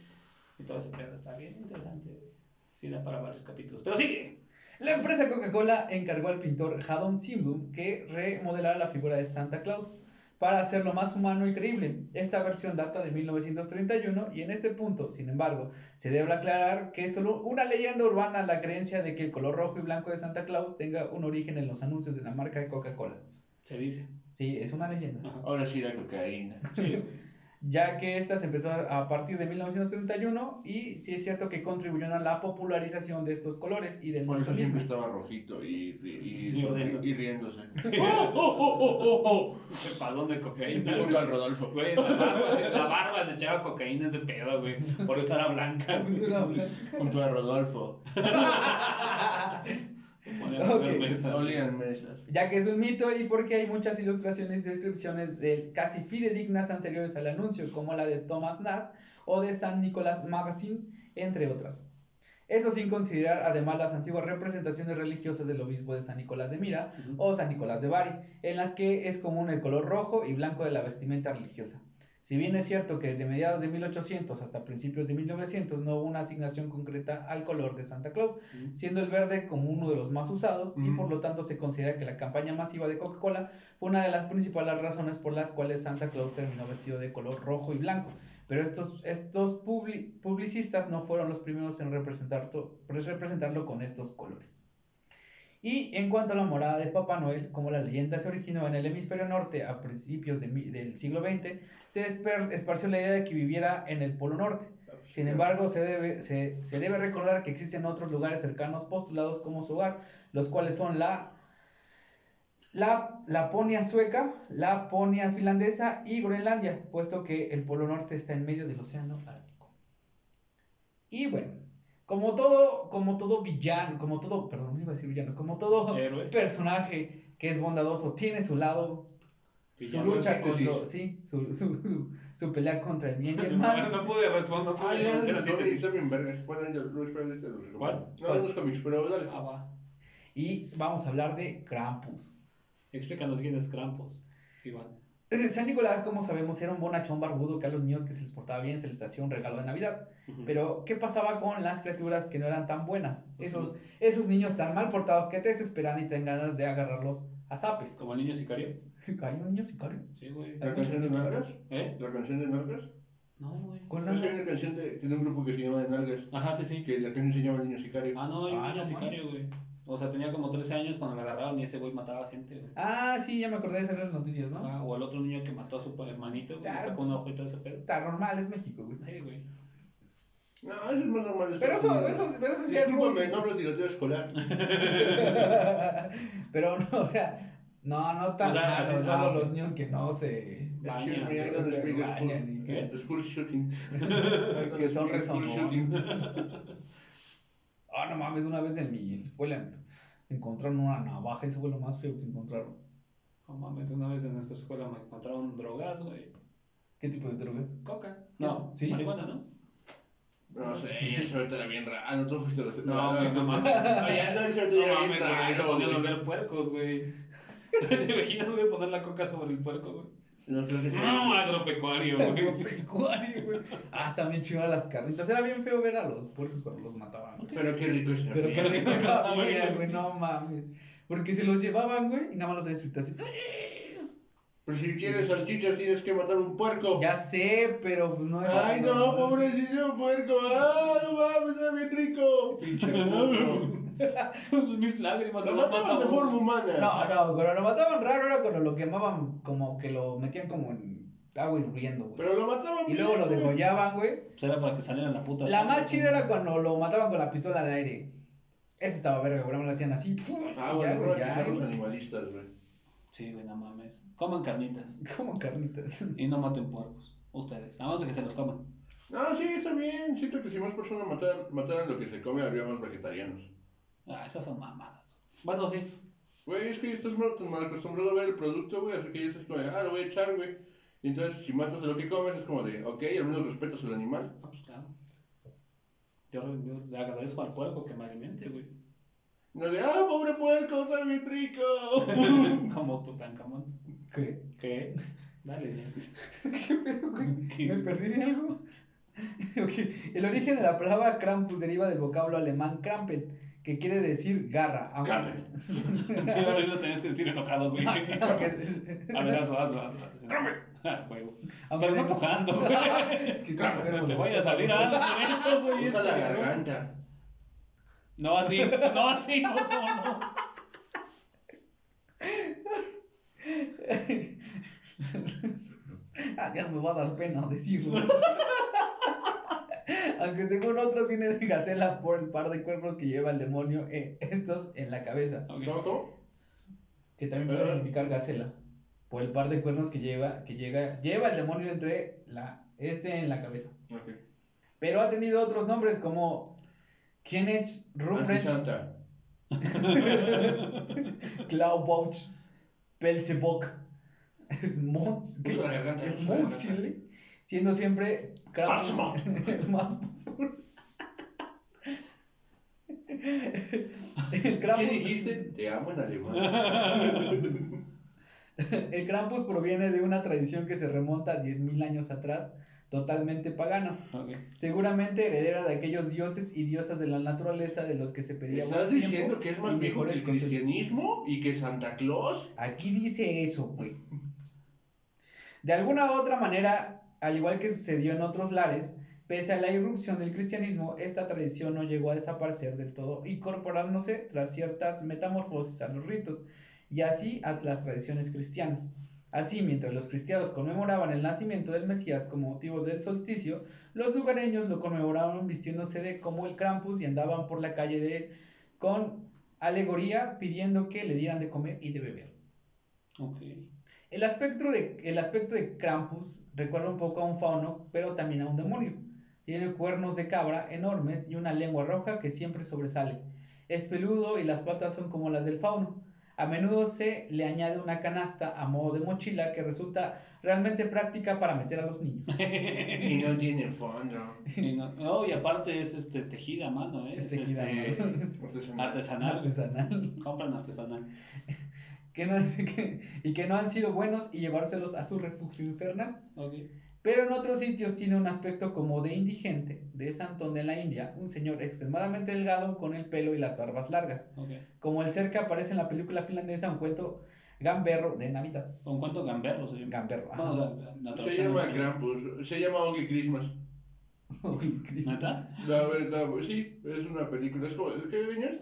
[SPEAKER 2] Y todo ese pedo está bien interesante, güey. Sí, da para varios capítulos. Pero sigue.
[SPEAKER 1] La empresa Coca-Cola encargó al pintor Haddon Simblum que remodelara la figura de Santa Claus para hacerlo más humano y creíble. Esta versión data de 1931 y en este punto, sin embargo, se debe aclarar que es solo una leyenda urbana la creencia de que el color rojo y blanco de Santa Claus tenga un origen en los anuncios de la marca de Coca-Cola.
[SPEAKER 2] Se dice.
[SPEAKER 1] Sí, es una leyenda.
[SPEAKER 2] Ajá.
[SPEAKER 3] Ahora sí la cocaína.
[SPEAKER 2] Sí, güey.
[SPEAKER 1] Ya que esta se empezó a a partir de 1931 y sí es cierto que contribuyeron a la popularización de estos colores y del
[SPEAKER 3] Por eso siempre
[SPEAKER 1] montañismo.
[SPEAKER 3] estaba rojito y, y, y,
[SPEAKER 2] Y riéndose.
[SPEAKER 3] y riéndose. ¡Oh, oh, oh, oh, oh,
[SPEAKER 2] Se pasó de
[SPEAKER 3] oh!
[SPEAKER 2] cocaína.
[SPEAKER 3] Junto al Rodolfo.
[SPEAKER 2] Güey, la barba, la barba se echaba cocaína ese pedo, güey. Por eso era blanca, güey.
[SPEAKER 3] Junto a Rodolfo.
[SPEAKER 2] Ponía a comer
[SPEAKER 1] Ok.
[SPEAKER 2] mesa.
[SPEAKER 3] No olían mesas.
[SPEAKER 1] ya que es un mito y porque hay muchas ilustraciones y descripciones del casi fidedignas anteriores al anuncio, como la de Thomas Nast o de San Nicolás Magazine, entre otras. Eso sin considerar además las antiguas representaciones religiosas del obispo de San Nicolás de Mira
[SPEAKER 2] Ujú.
[SPEAKER 1] o San Nicolás de Bari, en las que es común el color rojo y blanco de la vestimenta religiosa. Si bien es cierto que desde mediados de 1800 hasta principios de 1900 no hubo una asignación concreta al color de Santa Claus,
[SPEAKER 2] Ujú.
[SPEAKER 1] siendo el verde como uno de los más usados y
[SPEAKER 3] Mm.
[SPEAKER 1] por lo tanto se considera que la campaña masiva de Coca-Cola fue una de las principales razones por las cuales Santa Claus terminó vestido de color rojo y blanco. Pero estos, estos publi- publicistas no fueron los primeros en representar to- pues, representarlo con estos colores. Y en cuanto a la morada de Papá Noel, como la leyenda se originó en el hemisferio norte a principios de mi- del siglo XX, se esper- esparció la idea de que viviera en el Polo Norte. Sin embargo, se debe, se, se debe recordar que existen otros lugares cercanos postulados como su hogar, los cuales son la, la Laponia sueca, Laponia finlandesa y Groenlandia, puesto que el Polo Norte está en medio del Océano Ártico. Y bueno, como todo, como todo villano, como todo, perdón, no iba a decir villano, como todo
[SPEAKER 2] Héroe.
[SPEAKER 1] personaje que es bondadoso tiene su lado, su
[SPEAKER 2] Villano.
[SPEAKER 3] Su
[SPEAKER 1] lucha
[SPEAKER 3] antítesis.
[SPEAKER 1] contra, sí, su, su, su, su pelea contra el bien y el
[SPEAKER 2] No,
[SPEAKER 1] mal.
[SPEAKER 2] no pude responder, no
[SPEAKER 3] Ah,
[SPEAKER 2] pude
[SPEAKER 3] ya,
[SPEAKER 2] hacer
[SPEAKER 3] los cómics
[SPEAKER 2] antítesis.
[SPEAKER 3] son bien vergas. Bueno, yo Luis, pero este lo recomiendo.
[SPEAKER 2] ¿Cuál?
[SPEAKER 3] No, unos cómics, pero dale.
[SPEAKER 2] Ah, va.
[SPEAKER 1] Y vamos a hablar de Krampus.
[SPEAKER 2] Explícanos quién es Krampus, Iván.
[SPEAKER 1] Eh, San Nicolás, como sabemos, era un bonachón barbudo que a los niños que se les portaba bien se les hacía un regalo de Navidad.
[SPEAKER 2] Ujú.
[SPEAKER 1] Pero, ¿qué pasaba con las criaturas que no eran tan buenas? Esos, esos niños tan mal portados que te desesperan y te dan ganas de agarrarlos a zapes.
[SPEAKER 2] Como el niño sicario.
[SPEAKER 1] Hay un niño sicario.
[SPEAKER 2] Sí, güey.
[SPEAKER 3] ¿La canción de Nalgas?
[SPEAKER 2] ¿Eh?
[SPEAKER 3] ¿La canción de Nalgas?
[SPEAKER 2] No, güey.
[SPEAKER 1] Con
[SPEAKER 3] No
[SPEAKER 1] una-
[SPEAKER 3] sé, hay una canción de, tiene un grupo que se llama de Nalgas.
[SPEAKER 2] Ajá, sí, sí.
[SPEAKER 3] Que la canción se llama El Niño Sicario.
[SPEAKER 2] Ah, no, el
[SPEAKER 1] Ah,
[SPEAKER 2] niño
[SPEAKER 1] no
[SPEAKER 2] sicario, güey. O sea, tenía como 13 años cuando le agarraban y ese güey mataba gente, güey.
[SPEAKER 1] Ah, sí, ya me acordé de hacer las noticias, ¿no?
[SPEAKER 2] Ah, o el otro niño que mató a su hermanito, güey. Le
[SPEAKER 1] Ah,
[SPEAKER 2] sacó un ojo y todo ese pedo.
[SPEAKER 1] Está normal, es México, güey.
[SPEAKER 2] Sí, güey.
[SPEAKER 3] No, eso es más normal.
[SPEAKER 1] Pero eso, eso, pero eso sí es muy...
[SPEAKER 3] Discúlpame, no hablo de tiroteo escolar.
[SPEAKER 1] Pero no, o sea, no, no tan
[SPEAKER 2] O sea,
[SPEAKER 1] malo,
[SPEAKER 2] así,
[SPEAKER 1] solo
[SPEAKER 2] ah.
[SPEAKER 1] los niños que no se...
[SPEAKER 3] Excuse me, I
[SPEAKER 1] Bañan,
[SPEAKER 3] don't speak
[SPEAKER 1] bañan y
[SPEAKER 3] school-
[SPEAKER 1] que-
[SPEAKER 3] school shooting.
[SPEAKER 1] Que son
[SPEAKER 3] School
[SPEAKER 1] rezongos.
[SPEAKER 3] shooting.
[SPEAKER 1] Ah, no mames, una vez en mi escuela encontraron una navaja, eso fue lo más feo que encontraron.
[SPEAKER 2] No mames, una vez en nuestra escuela me encontraron drogas, güey.
[SPEAKER 1] ¿Qué tipo de drogas?
[SPEAKER 2] Coca. No,
[SPEAKER 1] ¿Sí?
[SPEAKER 2] marihuana, ¿no?
[SPEAKER 3] No sé, eso ahorita era bien raro. Ah, no, tú fuiste a la
[SPEAKER 2] No, güey, no mames.
[SPEAKER 3] Oye, no, eso ahorita
[SPEAKER 2] No
[SPEAKER 3] era
[SPEAKER 2] mames,
[SPEAKER 3] bien
[SPEAKER 2] güey, se
[SPEAKER 3] raro,
[SPEAKER 2] ponían a
[SPEAKER 3] güey.
[SPEAKER 2] oler puercos, güey. ¿Te imaginas, güey, poner la coca sobre el puerco, güey?
[SPEAKER 3] No, creo que-
[SPEAKER 2] No, agropecuario, güey.
[SPEAKER 1] Agropecuario, güey. Ah, Hasta bien chidas las carnitas. Era bien feo ver a los puercos cuando los mataban, güey.
[SPEAKER 3] Pero qué rico es
[SPEAKER 1] Pero qué rico
[SPEAKER 2] Sabía,
[SPEAKER 1] sabía,
[SPEAKER 2] güey.
[SPEAKER 1] güey, no mames. Porque se los llevaban, güey, y nada más los habían así.
[SPEAKER 3] ¡Ah! Pero si quieres salchichas tienes que matar un puerco.
[SPEAKER 1] Ya sé, pero pues no era-
[SPEAKER 3] Ay, no, pobrecito puerco. Ah, no mames, está bien rico. Pinche puerco.
[SPEAKER 2] Mis lágrimas.
[SPEAKER 3] Lo
[SPEAKER 2] no más
[SPEAKER 3] mataban de
[SPEAKER 2] sabor.
[SPEAKER 3] forma humana.
[SPEAKER 1] No, no, cuando lo mataban raro era cuando lo quemaban, como que lo metían como en agua hirviendo, güey.
[SPEAKER 3] Pero lo mataban
[SPEAKER 1] Y
[SPEAKER 3] bien,
[SPEAKER 1] luego lo
[SPEAKER 3] güey.
[SPEAKER 1] degollaban, güey.
[SPEAKER 2] Será para que salieran la puta.
[SPEAKER 1] La
[SPEAKER 2] sangre.
[SPEAKER 1] más chida era cuando lo mataban con la pistola de aire. Ese estaba verga, güey. nada más lo hacían así.
[SPEAKER 3] Ah,
[SPEAKER 1] y ya,
[SPEAKER 3] bueno,
[SPEAKER 1] güey,
[SPEAKER 3] ahora que
[SPEAKER 1] ya,
[SPEAKER 3] están los
[SPEAKER 1] güey.
[SPEAKER 3] animalistas, güey.
[SPEAKER 2] Sí, güey, no mames. Coman carnitas.
[SPEAKER 1] Como carnitas.
[SPEAKER 2] Y no maten puercos. Ustedes. A menos de que se los coman.
[SPEAKER 3] No, sí, está bien. Siento que si más personas matar- mataran lo que se come, habría más vegetarianos.
[SPEAKER 2] Ah, esas son mamadas. Bueno, sí.
[SPEAKER 3] Güey, es que ya estás mal, tan mal acostumbrado a ver el producto, güey, así que ya estás como de, ah, lo voy a echar, güey. Y entonces, si matas de lo que comes, es como de, ok, al menos respetas al animal.
[SPEAKER 2] Ah, pues claro. Yo, yo le agradezco al puerco que me alimente, güey.
[SPEAKER 3] No de, ah, pobre puerco, está bien rico.
[SPEAKER 2] Como Tutankamón.
[SPEAKER 1] ¿Qué?
[SPEAKER 2] ¿Qué? Dale, ya.
[SPEAKER 1] ¿Qué pedo, güey?
[SPEAKER 2] ¿Qué?
[SPEAKER 1] ¿Me perdí de algo? Ok, El origen de la palabra Krampus deriva del vocablo alemán Krampel, que quiere decir garra. amo.
[SPEAKER 3] Krampel.
[SPEAKER 2] Sí, ahora sí lo tenías que decir enojado, güey.
[SPEAKER 1] Ah,
[SPEAKER 2] Sí,
[SPEAKER 1] claro
[SPEAKER 2] cabrón.
[SPEAKER 1] que-
[SPEAKER 2] A ver, hazlo, hazlo, hazlo. Ah, huevo.
[SPEAKER 1] Aunque
[SPEAKER 2] Pero no
[SPEAKER 1] sea-
[SPEAKER 2] pujando, güey.
[SPEAKER 1] Es que está
[SPEAKER 2] No
[SPEAKER 1] enfermo,
[SPEAKER 2] te
[SPEAKER 1] güey.
[SPEAKER 2] vaya a salir algo por eso, güey.
[SPEAKER 3] Usa la garganta.
[SPEAKER 2] No así, no así, no, no, no.
[SPEAKER 1] Ah, ya me va a dar pena decirlo. Aunque según otros viene de Gacela por el par de cuernos que lleva el demonio, eh, estos en la cabeza,
[SPEAKER 2] Ok.
[SPEAKER 3] ¿Cómo, cómo?
[SPEAKER 1] que también puede significar Gacela, por el par de cuernos que lleva, que llega, lleva el demonio entre la, este en la cabeza.
[SPEAKER 3] Ok.
[SPEAKER 1] Pero ha tenido otros nombres como Kenech, Ruprecht,
[SPEAKER 3] Antisanta.
[SPEAKER 1] Klaubouch, Pelzebok, Smox,
[SPEAKER 3] Usa la garganta. usa la garganta.
[SPEAKER 1] Smoxil, siendo siempre Krampus
[SPEAKER 3] Patsmo.
[SPEAKER 1] más popular. El
[SPEAKER 3] ¿Qué
[SPEAKER 1] Krampus,
[SPEAKER 3] dijiste? Te amo en alemán.
[SPEAKER 1] el Krampus proviene de una tradición que se remonta a 10.000 años atrás, totalmente pagana.
[SPEAKER 2] Ok.
[SPEAKER 1] Seguramente heredera de aquellos dioses y diosas de la naturaleza de los que se pedía buen
[SPEAKER 3] ¿Estás
[SPEAKER 1] tiempo
[SPEAKER 3] diciendo que es
[SPEAKER 1] y
[SPEAKER 3] más viejo que
[SPEAKER 1] mejores
[SPEAKER 3] el
[SPEAKER 1] cosechas.
[SPEAKER 3] cristianismo y que Santa Claus?
[SPEAKER 1] Aquí dice eso, güey. De alguna u otra manera, al igual que sucedió en otros lares, pese a la irrupción del cristianismo, esta tradición no llegó a desaparecer del todo, incorporándose tras ciertas metamorfosis a los ritos y así a las tradiciones cristianas. Así, mientras los cristianos conmemoraban el nacimiento del Mesías con motivo del solsticio, los lugareños lo conmemoraban vistiéndose de como el Krampus y andaban por la calle de él con alegoría pidiendo que le dieran de comer y de beber.
[SPEAKER 2] Ok.
[SPEAKER 1] El aspecto, de, el aspecto de Krampus recuerda un poco a un fauno, pero también a un demonio. Tiene cuernos de cabra enormes y una lengua roja que siempre sobresale. Es peludo y las patas son como las del fauno. A menudo se le añade una canasta a modo de mochila que resulta realmente práctica para meter a los niños.
[SPEAKER 3] Y no tiene fondo.
[SPEAKER 2] Y no, no, y aparte es este tejida a mano, ¿eh?
[SPEAKER 1] Es
[SPEAKER 2] Es,
[SPEAKER 1] tejida a
[SPEAKER 2] este,
[SPEAKER 3] Artesanal.
[SPEAKER 2] artesanal.
[SPEAKER 1] Artesanal.
[SPEAKER 2] Compran artesanal.
[SPEAKER 1] Que no, que- y que no han sido buenos y llevárselos a su refugio infernal.
[SPEAKER 2] Ok.
[SPEAKER 1] Pero en otros sitios tiene un aspecto como de indigente, de Santón de la India, un señor extremadamente delgado con el pelo y las barbas largas,
[SPEAKER 2] Ok.
[SPEAKER 1] como el ser que aparece en la película finlandesa Un cuento gamberro de Navidad.
[SPEAKER 2] ¿Con cuánto gamberro se llama?
[SPEAKER 1] Gamberro. ah.
[SPEAKER 2] Bueno, o
[SPEAKER 1] ajá.
[SPEAKER 2] sea, la
[SPEAKER 3] Se
[SPEAKER 2] traducción
[SPEAKER 3] llama
[SPEAKER 2] es-
[SPEAKER 3] Krampus. Se llama Ugly Christmas.
[SPEAKER 1] Uy, Cristo.
[SPEAKER 2] ¿Neta?
[SPEAKER 3] La, la, sí, es una película. Es como, ¿De qué año es?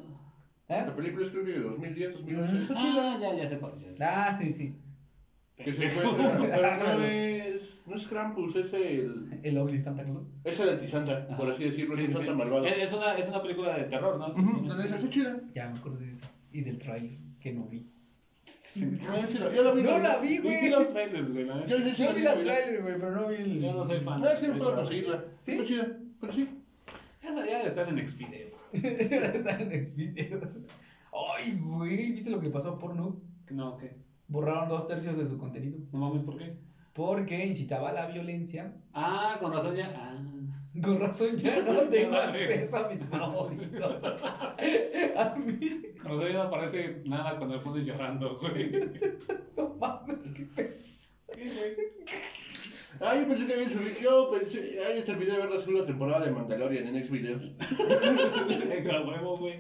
[SPEAKER 1] ¿Eh?
[SPEAKER 3] La película es creo que de 2010, 2011.
[SPEAKER 2] Ah, ya, ya sé cuál es.
[SPEAKER 1] Ah, sí, sí.
[SPEAKER 3] Que se encuentra. Pero no es. No es Krampus, es el.
[SPEAKER 1] El Obli Santa Claus.
[SPEAKER 3] Es el antisanta,
[SPEAKER 2] Ajá.
[SPEAKER 3] por así decirlo.
[SPEAKER 2] Sí,
[SPEAKER 3] es
[SPEAKER 2] sí,
[SPEAKER 3] un santa
[SPEAKER 2] sí.
[SPEAKER 3] malvado.
[SPEAKER 2] Es es una, es una película de terror, ¿no? Sí,
[SPEAKER 3] Ujú,
[SPEAKER 2] sí,
[SPEAKER 3] Entonces,
[SPEAKER 2] sí.
[SPEAKER 3] está chida.
[SPEAKER 1] Ya me acuerdo de eso. Y del trailer que no vi.
[SPEAKER 3] No, sí la- Yo la vi.
[SPEAKER 1] No la vi,
[SPEAKER 2] Vi vi
[SPEAKER 1] güey.
[SPEAKER 2] los trailers, güey. la neta.
[SPEAKER 3] Yo sí, sí
[SPEAKER 1] Yo vi la
[SPEAKER 3] güey.
[SPEAKER 1] trailer, güey, pero no vi el.
[SPEAKER 2] Yo no soy fan.
[SPEAKER 3] No, Ah, sí, no puedo conseguirla.
[SPEAKER 1] ¿Sí?
[SPEAKER 3] Está chida, pero sí.
[SPEAKER 2] Esa ya debe estar en Xvideos.
[SPEAKER 1] Salen en Xvideos. Ay, güey, ¿viste lo que pasó a Pornhub?
[SPEAKER 2] No, ¿qué?
[SPEAKER 1] Borraron dos tercios de su contenido.
[SPEAKER 2] No mames, ¿por qué?
[SPEAKER 1] Porque incitaba a la violencia.
[SPEAKER 2] Ah, con razón ya. Ah.
[SPEAKER 1] Con razón ya no tengo
[SPEAKER 2] No, güey.
[SPEAKER 1] acceso a mis favoritos. A mí,
[SPEAKER 2] Con razón ya no aparece nada cuando le pones llorando, güey.
[SPEAKER 1] no mames, qué pe-
[SPEAKER 2] Sí, güey.
[SPEAKER 3] Ah, yo pensé que había subido. Yo pensé. Ahí está el video de ver la segunda temporada de Mandalorian en Next Videos.
[SPEAKER 2] Venga, a huevo, güey.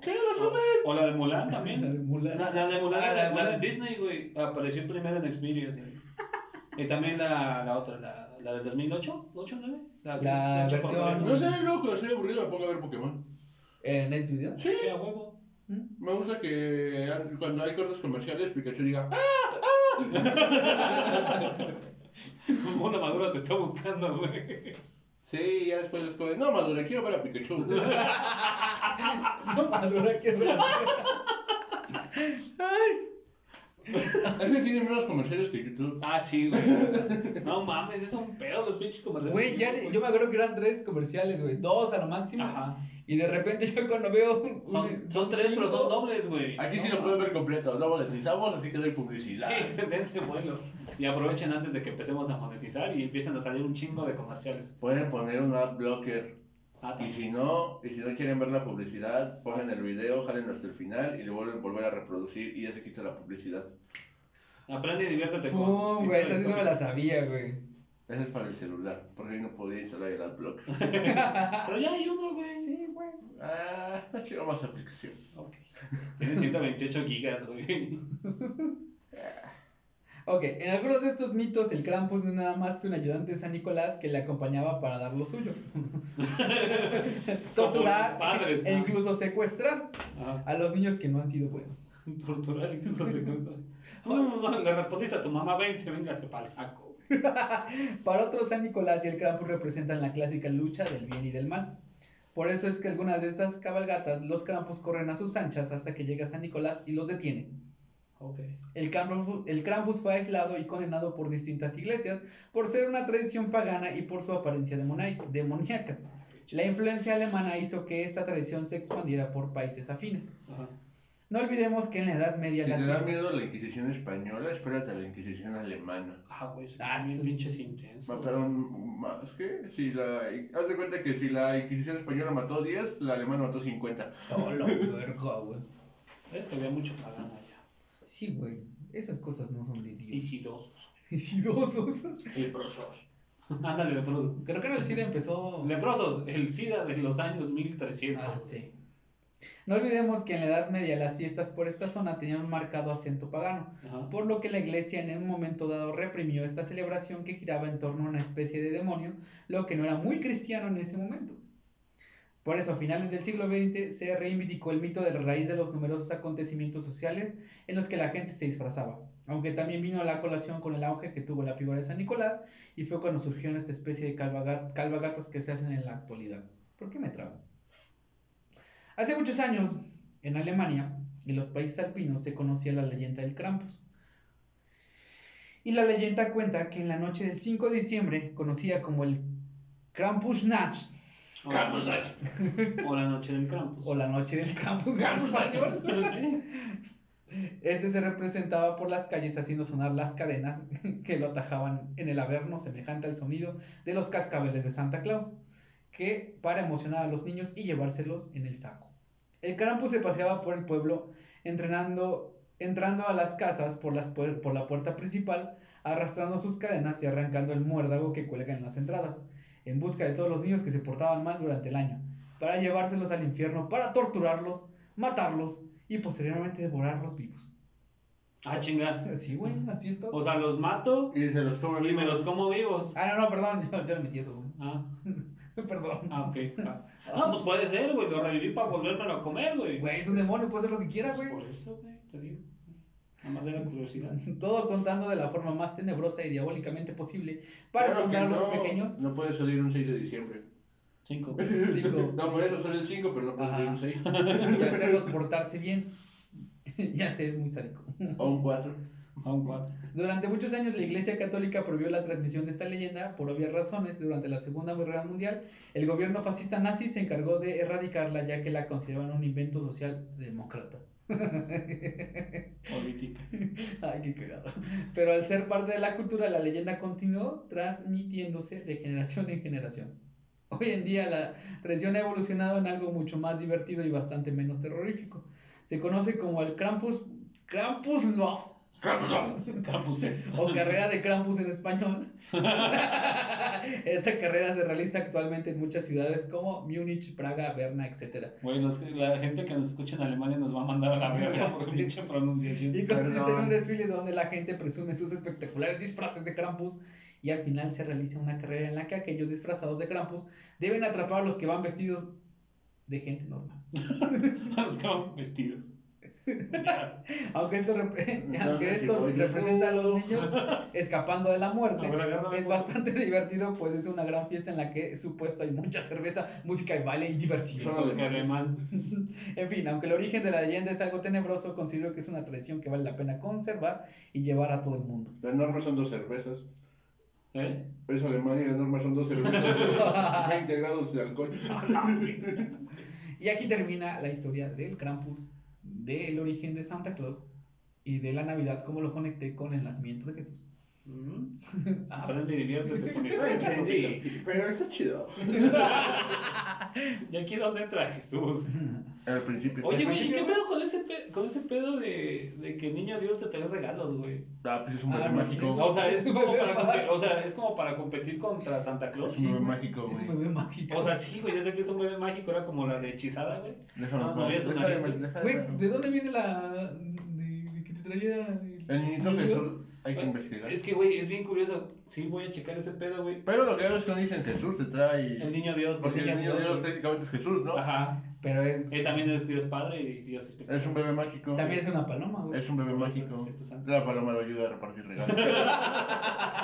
[SPEAKER 3] ¿Qué? ¿La suben?
[SPEAKER 2] O la de Mulan Ah, también.
[SPEAKER 1] La de Mulan.
[SPEAKER 2] La, la de Mulan,
[SPEAKER 1] Ah,
[SPEAKER 2] la,
[SPEAKER 1] la de
[SPEAKER 2] la
[SPEAKER 1] Mulan.
[SPEAKER 2] de Disney, güey, apareció primero en Xvideos. güey. Y también la, la otra, la, la del 2008, 8, 9. que
[SPEAKER 1] La
[SPEAKER 2] es hecha por
[SPEAKER 1] versión-
[SPEAKER 2] Mariano.
[SPEAKER 3] No sé, loco, estoy aburrido, me pongo a ver Pokémon.
[SPEAKER 1] En Next Video.
[SPEAKER 3] Sí.
[SPEAKER 2] Sí, a huevo.
[SPEAKER 3] Me gusta que an- cuando hay cortes comerciales, Pikachu diga. ¡Ah!
[SPEAKER 2] Una madura te está buscando, güey.
[SPEAKER 3] Sí, y ya después es como. No, madura, quiero ver a Pikachu.
[SPEAKER 1] No madura que no.
[SPEAKER 3] es que tiene menos comerciales que YouTube.
[SPEAKER 2] Ah, sí, güey. No mames, es un pedo los pinches comerciales.
[SPEAKER 1] Güey, ya ni- yo me acuerdo que eran tres comerciales, güey. Dos a lo máximo.
[SPEAKER 2] Ajá.
[SPEAKER 1] Y de repente yo cuando veo. un-
[SPEAKER 2] Son,
[SPEAKER 1] un-
[SPEAKER 2] son tres, pero son
[SPEAKER 1] cinco,
[SPEAKER 2] dobles, güey.
[SPEAKER 3] Aquí sí lo pueden ver completo, no monetizamos, así que no hay publicidad.
[SPEAKER 2] Sí, dense vuelo. Y aprovechen antes de que empecemos a monetizar y empiecen a salir un chingo de comerciales.
[SPEAKER 3] Pueden poner un ad blocker.
[SPEAKER 2] Ah,
[SPEAKER 3] Y
[SPEAKER 2] también.
[SPEAKER 3] si no, y si no quieren ver la publicidad, pongan el video, jálenlo hasta el final y lo vuelven a volver a reproducir y ya se quita la publicidad.
[SPEAKER 2] Aprende y diviértete con.
[SPEAKER 1] Pum, güey. Esa
[SPEAKER 2] historias
[SPEAKER 1] sí no me la
[SPEAKER 2] tópicas.
[SPEAKER 1] sabía, güey.
[SPEAKER 3] Ese es para el celular, porque ahí no podía instalar el ad blocker.
[SPEAKER 2] Ah, Pero ya hay uno, güey.
[SPEAKER 1] Sí, güey.
[SPEAKER 3] Ah, quiero más aplicación.
[SPEAKER 2] Ok. Tiene 128 gigas, güey.
[SPEAKER 1] Ok, en algunos de estos mitos, el Krampus no es nada más que un ayudante de San Nicolás que le acompañaba para dar lo suyo. Torturar
[SPEAKER 2] Como los padres,
[SPEAKER 1] e
[SPEAKER 2] ¿no?
[SPEAKER 1] incluso secuestrar
[SPEAKER 2] Ajá.
[SPEAKER 1] a los niños que no han sido buenos.
[SPEAKER 2] Torturar incluso secuestrar. Mm, le respondiste a tu mamá 20, véngase pa'l saco. güey.
[SPEAKER 1] Para otros, San Nicolás y el Krampus representan la clásica lucha del bien y del mal. Por eso es que algunas de estas cabalgatas, los Krampus corren a sus anchas hasta que llega San Nicolás y los detiene.
[SPEAKER 2] Ok.
[SPEAKER 1] El Krampus, el Krampus fue aislado y condenado por distintas iglesias por ser una tradición pagana y por su apariencia demonai- demoníaca. La influencia alemana hizo que esta tradición se expandiera por países afines.
[SPEAKER 2] Ajá.
[SPEAKER 1] No olvidemos que en la Edad Media
[SPEAKER 3] Si te
[SPEAKER 1] las
[SPEAKER 3] da
[SPEAKER 1] fiestas-
[SPEAKER 3] miedo la Inquisición española, espérate a la Inquisición alemana.
[SPEAKER 2] Ah, güey, eso
[SPEAKER 1] Ah,
[SPEAKER 2] también
[SPEAKER 1] sí.
[SPEAKER 2] pinches intenso.
[SPEAKER 3] Mataron más que si la. Haz de cuenta que si la Inquisición española mató 10, la alemana mató 50.
[SPEAKER 1] Oh, la verga, güey.
[SPEAKER 2] Es que había mucho pagano allá.
[SPEAKER 1] Sí, güey. Esas cosas no son de
[SPEAKER 2] Y
[SPEAKER 1] Dios.
[SPEAKER 2] sidosos.
[SPEAKER 1] Insidosos.
[SPEAKER 3] Leprosos.
[SPEAKER 2] Ándale, leprosos.
[SPEAKER 1] Creo que en el SIDA empezó.
[SPEAKER 2] Leprosos, el SIDA de los años 1300.
[SPEAKER 1] Ah, sí. No olvidemos que en la Edad Media las fiestas por esta zona tenían un marcado acento pagano,
[SPEAKER 2] Ajá.
[SPEAKER 1] por lo que la iglesia en un momento dado reprimió esta celebración que giraba en torno a una especie de demonio, lo que no era muy cristiano en ese momento. Por eso, a finales del siglo XX se reivindicó el mito de la raíz de los numerosos acontecimientos sociales en los que la gente se disfrazaba, aunque también vino a la colación con el auge que tuvo la figura de San Nicolás y fue cuando surgió esta especie de calvaga- calvagatas que se hacen en la actualidad. ¿Por qué me trabo? Hace muchos años, en Alemania y los países alpinos se conocía la leyenda del Krampus. Y la leyenda cuenta que en la noche del 5 de diciembre, conocida como el Krampusnacht
[SPEAKER 2] O la- O la noche del Krampus.
[SPEAKER 1] o la noche del Krampus,
[SPEAKER 2] Sí.
[SPEAKER 1] este se representaba por las calles haciendo sonar las cadenas que lo atajaban en el averno semejante al sonido de los cascabeles de Santa Claus, que para emocionar a los niños y llevárselos en el saco. El Krampus se paseaba por el pueblo entrenando, entrando a las casas por, las puer- por la puerta principal, arrastrando sus cadenas y arrancando el muérdago que cuelga en las entradas, en busca de todos los niños que se portaban mal durante el año, para llevárselos al infierno, para torturarlos, matarlos y posteriormente devorarlos vivos.
[SPEAKER 2] Ah, chingada.
[SPEAKER 1] Sí, güey, así es todo.
[SPEAKER 2] O sea, los mato
[SPEAKER 3] Y se los come
[SPEAKER 2] y me
[SPEAKER 3] vivos.
[SPEAKER 2] los como vivos.
[SPEAKER 1] Ah, no, no, perdón, yo, yo le metí eso, güey.
[SPEAKER 2] Ah,
[SPEAKER 1] Perdón.
[SPEAKER 2] ah, ok. Ah, Ah, pues puede ser, güey. Lo reviví para volvérmelo a comer, güey.
[SPEAKER 1] Güey, es un demonio, puede hacer lo que quiera,
[SPEAKER 2] Pues
[SPEAKER 1] güey.
[SPEAKER 2] por eso, güey. te digo. Nada más era curiosidad.
[SPEAKER 1] Todo contando de la forma más tenebrosa y diabólicamente posible para
[SPEAKER 3] Claro que
[SPEAKER 1] asombrar a los
[SPEAKER 3] no,
[SPEAKER 1] pequeños.
[SPEAKER 3] No puede salir un 6 de diciembre.
[SPEAKER 2] Cinco.
[SPEAKER 1] Cinco.
[SPEAKER 3] No, por eso sale el 5, pero no puede
[SPEAKER 1] Ajá.
[SPEAKER 3] salir un 6.
[SPEAKER 1] y hacerlos portarse bien. ya sé, es muy sádico.
[SPEAKER 3] O un 4.
[SPEAKER 2] A un cuatro.
[SPEAKER 1] Durante muchos años la Iglesia Católica prohibió la transmisión de esta leyenda por obvias razones. Durante la Segunda Guerra Mundial, el gobierno fascista nazi se encargó de erradicarla ya que la consideraban un invento social demócrata.
[SPEAKER 2] Política.
[SPEAKER 1] Ay, qué cagado. Pero al ser parte de la cultura, la leyenda continuó transmitiéndose de generación en generación. Hoy en día la tradición ha evolucionado en algo mucho más divertido y bastante menos terrorífico. Se conoce como el Krampus, Krampus Love
[SPEAKER 2] Campus Fest.
[SPEAKER 1] o carrera de Krampus en español. Esta carrera se realiza actualmente en muchas ciudades como Múnich, Praga, Berna, etc.
[SPEAKER 2] Güey, los- la gente que nos escucha en Alemania nos va a mandar a la verga
[SPEAKER 1] Ya
[SPEAKER 2] por
[SPEAKER 1] sé.
[SPEAKER 2] pinche pronunciación.
[SPEAKER 1] Y consiste en un
[SPEAKER 3] Perdón.
[SPEAKER 1] desfile donde la gente presume sus espectaculares disfraces de Krampus y al final se realiza una carrera en la que aquellos disfrazados de Krampus deben atrapar a los que van vestidos de gente normal.
[SPEAKER 2] A los que van vestidos. Ya,
[SPEAKER 1] Aunque esto, repre-
[SPEAKER 3] No,
[SPEAKER 1] aunque
[SPEAKER 3] no,
[SPEAKER 1] esto
[SPEAKER 3] chicos, yo-
[SPEAKER 1] representa a los niños escapando de la muerte,
[SPEAKER 2] A ver, agárrame,
[SPEAKER 1] es
[SPEAKER 2] por-
[SPEAKER 1] bastante divertido pues es una gran fiesta en la que supuesto hay mucha cerveza, música y baile y diversión.
[SPEAKER 3] Son
[SPEAKER 2] porque
[SPEAKER 3] alemanes.
[SPEAKER 2] alemán.
[SPEAKER 1] En fin, aunque el origen de la leyenda es algo tenebroso, considero que es una tradición que vale la pena conservar y llevar a todo el mundo.
[SPEAKER 3] Las normas son dos cervezas.
[SPEAKER 2] ¿Eh?
[SPEAKER 3] Es Alemania y las normas son dos cervezas. 20 grados de alcohol.
[SPEAKER 2] Ah,
[SPEAKER 1] Y aquí termina la historia del Krampus, del origen de Santa Claus y de la Navidad, como lo conecté con el nacimiento de Jesús.
[SPEAKER 2] Mm.
[SPEAKER 1] Ah,
[SPEAKER 2] Aprende y diviértete con
[SPEAKER 3] No
[SPEAKER 2] historias estúpidas.
[SPEAKER 3] entendí, pero eso es chido.
[SPEAKER 2] Y aquí donde entra Jesús.
[SPEAKER 3] Al principio.
[SPEAKER 2] Oye,
[SPEAKER 1] pues,
[SPEAKER 2] güey, ¿y
[SPEAKER 1] sí,
[SPEAKER 2] qué
[SPEAKER 1] ¿no?
[SPEAKER 2] pedo con ese, pe- con ese pedo de, de que niño Dios te trae regalos, güey?
[SPEAKER 3] Ah, pues es un
[SPEAKER 1] Ah,
[SPEAKER 3] bebé
[SPEAKER 1] no,
[SPEAKER 3] mágico.
[SPEAKER 2] O sea, es como para, compe- o sea, es como para competir contra Santa Claus.
[SPEAKER 3] Es un bebé mágico,
[SPEAKER 1] es
[SPEAKER 3] güey.
[SPEAKER 1] un bebé mágico.
[SPEAKER 2] O sea, sí, güey, yo sé que es un bebé mágico, era como la de hechizada, güey.
[SPEAKER 3] Déjame
[SPEAKER 2] Ah,
[SPEAKER 3] en
[SPEAKER 2] no,
[SPEAKER 3] paz.
[SPEAKER 2] ya son
[SPEAKER 3] Déjame-
[SPEAKER 2] narices.
[SPEAKER 3] déjame-
[SPEAKER 1] Güey, ¿de dónde viene la. de, de que te traía. El,
[SPEAKER 3] El niñito
[SPEAKER 1] Dios?
[SPEAKER 3] Jesús hay que investigar.
[SPEAKER 2] Es que, güey, es bien curioso. Sí, voy a checar ese pedo, güey.
[SPEAKER 3] Pero lo que hago es que no dicen Jesús, se
[SPEAKER 2] El
[SPEAKER 3] trae.
[SPEAKER 2] niño Dios, güey.
[SPEAKER 3] Porque el niño de Dios técnicamente es Jesús, ¿no?
[SPEAKER 2] Ajá.
[SPEAKER 1] Pero es.
[SPEAKER 2] Él también es Dios Padre y Dios Espíritu
[SPEAKER 3] Es un bebé mágico.
[SPEAKER 1] También es una paloma, güey.
[SPEAKER 3] Es un bebé mágico.
[SPEAKER 2] Espíritu Santo.
[SPEAKER 3] La paloma lo ayuda a repartir regalos.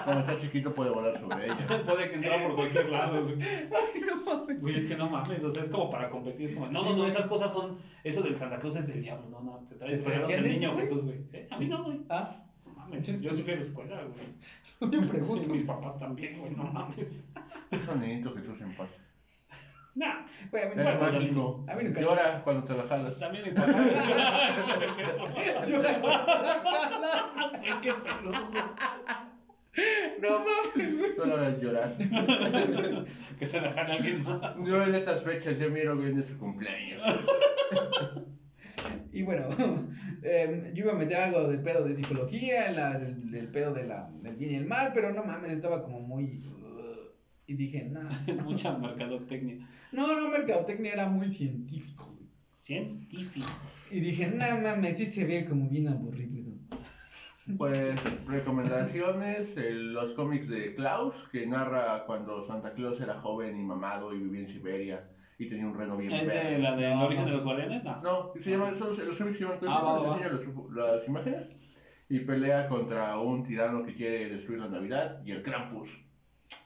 [SPEAKER 3] Cuando está chiquito puede volar sobre ella.
[SPEAKER 2] Puede que entrara por cualquier lado, güey.
[SPEAKER 1] Ay, no mames.
[SPEAKER 2] Güey, es que no mames, o sea, es como para competir, es como, no,
[SPEAKER 1] Sí,
[SPEAKER 2] no, no,
[SPEAKER 1] güey.
[SPEAKER 2] esas cosas son, eso del Santa Claus es del diablo, no, no, te trae
[SPEAKER 1] ¿Te
[SPEAKER 2] regalos
[SPEAKER 1] parecían
[SPEAKER 2] el
[SPEAKER 1] eso,
[SPEAKER 2] niño
[SPEAKER 1] güey?
[SPEAKER 2] Jesús, güey. Eh, a mí no, güey,
[SPEAKER 1] Ah,
[SPEAKER 2] no mames, yo sí fui a la escuela, güey.
[SPEAKER 1] no me
[SPEAKER 2] Y
[SPEAKER 1] pregunto.
[SPEAKER 2] mis papás también, güey, no mames.
[SPEAKER 3] Es un niñito Jesús en paz.
[SPEAKER 2] Nah,
[SPEAKER 1] Güey, a mí
[SPEAKER 3] Es
[SPEAKER 1] nunca-
[SPEAKER 3] mágico.
[SPEAKER 1] pues, A mí nunca-
[SPEAKER 3] Llora cuando te la jalas.
[SPEAKER 2] también mi papá.
[SPEAKER 1] Yo la
[SPEAKER 2] Güey, qué pedo, güey.
[SPEAKER 1] No mames.
[SPEAKER 3] No la hagas llorar.
[SPEAKER 2] Que se la jale alguien más.
[SPEAKER 3] Yo en estas fechas ya miro que viene su cumpleaños.
[SPEAKER 1] Y bueno, em, yo iba a meter algo de pedo de psicología, la- del, del pedo de la, del bien y el mal, pero no mames, estaba como muy... uh, y dije, no,
[SPEAKER 2] Es mucha mercadotecnia.
[SPEAKER 1] no, no, mercadotecnia era muy científico. güey.
[SPEAKER 2] Científico.
[SPEAKER 1] Y dije, no mames, sí se ve como bien aburrido eso.
[SPEAKER 3] Pues recomendaciones, el- los cómics de Klaus, que narra cuando Santa Claus era joven y mamado y vivía en Siberia y tenía un reno bien
[SPEAKER 2] ¿Es de
[SPEAKER 3] verde.
[SPEAKER 2] la del
[SPEAKER 1] No,
[SPEAKER 2] origen
[SPEAKER 1] no.
[SPEAKER 2] de los guardianes? No.
[SPEAKER 3] No, se llama, solo se- los cómics se llaman Klaus,
[SPEAKER 2] Ah, va,
[SPEAKER 3] les
[SPEAKER 2] va,
[SPEAKER 3] enseña los- las imágenes y pelea contra un tirano que quiere destruir la Navidad y el Krampus.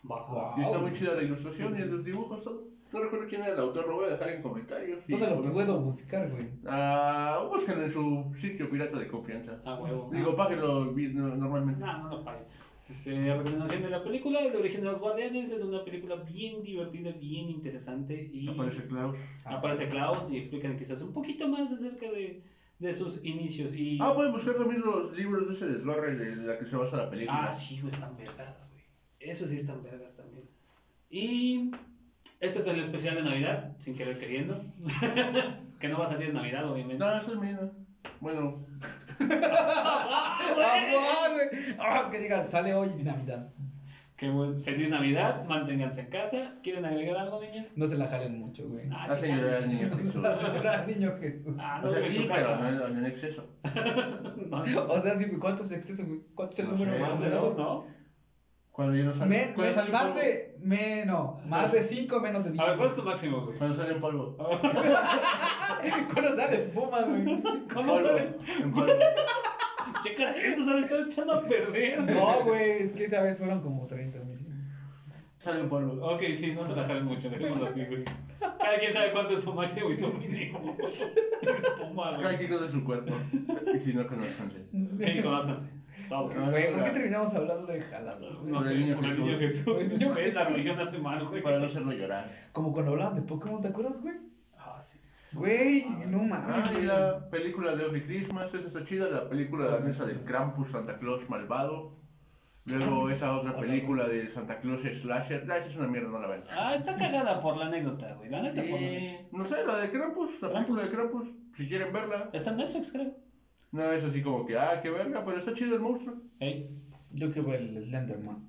[SPEAKER 2] Bah.
[SPEAKER 3] Y está
[SPEAKER 1] Wow.
[SPEAKER 3] muy chida la ilustración y los dibujos, todo. No recuerdo quién era el autor, lo voy a dejar en comentarios. y-
[SPEAKER 1] ¿Dónde lo puedo buscar, güey?
[SPEAKER 3] Ah, búsquenlo en su sitio pirata de confianza.
[SPEAKER 2] A huevo.
[SPEAKER 3] Digo, páguenlo vi- no- normalmente.
[SPEAKER 2] No, no lo pague. Este, recomendación de la película, El origen de los guardianes, es una película bien divertida, bien interesante y
[SPEAKER 3] Aparece Klaus.
[SPEAKER 2] aparece Klaus y explican quizás un poquito más acerca de, de sus inicios y...
[SPEAKER 3] Ah, pueden buscar también los libros de ese desbarre de la que se basa la película.
[SPEAKER 2] Ah, sí, güey, están vergas, güey. Eso sí están vergas también. Y este es el especial de Navidad, sin querer queriendo. que no va a salir en Navidad, obviamente.
[SPEAKER 3] No, es el mío. Bueno,
[SPEAKER 1] ¡Ah, güey! ¡Ah, que digan, sale hoy Navidad.
[SPEAKER 2] Qué buen- Feliz Navidad, manténganse en casa. ¿Quieren agregar algo, niños?
[SPEAKER 1] No se la jalen mucho, güey.
[SPEAKER 2] Ah,
[SPEAKER 3] hace llorar al niño Jesús.
[SPEAKER 1] Gran niño Jesús.
[SPEAKER 2] Ah, no,
[SPEAKER 3] O sea,
[SPEAKER 2] en
[SPEAKER 3] sí,
[SPEAKER 2] su
[SPEAKER 3] pero
[SPEAKER 2] casa.
[SPEAKER 3] no en, no en exceso.
[SPEAKER 2] No,
[SPEAKER 1] O sea, sí, güey, ¿cuánto es exceso, güey? ¿Cuánto es el
[SPEAKER 3] No
[SPEAKER 1] número
[SPEAKER 3] sé,
[SPEAKER 1] más?
[SPEAKER 2] más de dos, ¿no?
[SPEAKER 3] Cuando yo no salgo.
[SPEAKER 1] Men-
[SPEAKER 3] cuando,
[SPEAKER 1] men-
[SPEAKER 3] sale en
[SPEAKER 1] más
[SPEAKER 3] polvo,
[SPEAKER 1] de. me- no, más de 5, menos de 10.
[SPEAKER 2] A ver, ¿cuál es tu máximo, güey?
[SPEAKER 3] cuando sale en polvo.
[SPEAKER 1] ¿Cuándo sale espuma, güey?
[SPEAKER 2] ¿Cuándo sale?
[SPEAKER 3] En polvo.
[SPEAKER 2] Chécate, eso se va a estar echando a perder.
[SPEAKER 1] No, güey, es que esa vez fueron como 30, me hicieron.
[SPEAKER 3] Sale un polvo.
[SPEAKER 2] Ok, sí, no se la jalen mucho, dejémoslo así, güey. Cada quien sabe cuánto es su máximo y su mínimo. Espuma,
[SPEAKER 3] Cada
[SPEAKER 2] güey.
[SPEAKER 3] quien conoce su cuerpo. Y si no conozcanse.
[SPEAKER 2] Sí, conózcanse. Todos.
[SPEAKER 1] Güey, ¿por qué terminamos hablando de jaladas? güey?
[SPEAKER 2] No sé, por el niño Jesús.
[SPEAKER 1] Por el niño
[SPEAKER 2] Ves, La
[SPEAKER 1] Jesús.
[SPEAKER 2] religión hace mal, güey.
[SPEAKER 3] Para no hacerlo llorar.
[SPEAKER 1] Como cuando hablaban de Pokémon, ¿te acuerdas, güey?
[SPEAKER 2] Ah, sí.
[SPEAKER 1] Güey, no
[SPEAKER 3] Ah,
[SPEAKER 1] mames.
[SPEAKER 3] y
[SPEAKER 1] güey.
[SPEAKER 3] la película de Obi Christmas, esa está chida, la película de la mesa de Krampus, Santa Claus malvado. Luego esa otra película de Santa Claus Slasher. Ah, esa es una mierda, no la ven.
[SPEAKER 2] Ah, está cagada por la anécdota, güey. La neta, por la anécdota.
[SPEAKER 3] Y no sé, la de Krampus, la película de Krampus, si quieren verla.
[SPEAKER 2] Está en Netflix, creo.
[SPEAKER 3] No es así como que, ah, qué verga, pero está chido el monstruo.
[SPEAKER 2] Ey,
[SPEAKER 1] Yo que voy el Slenderman.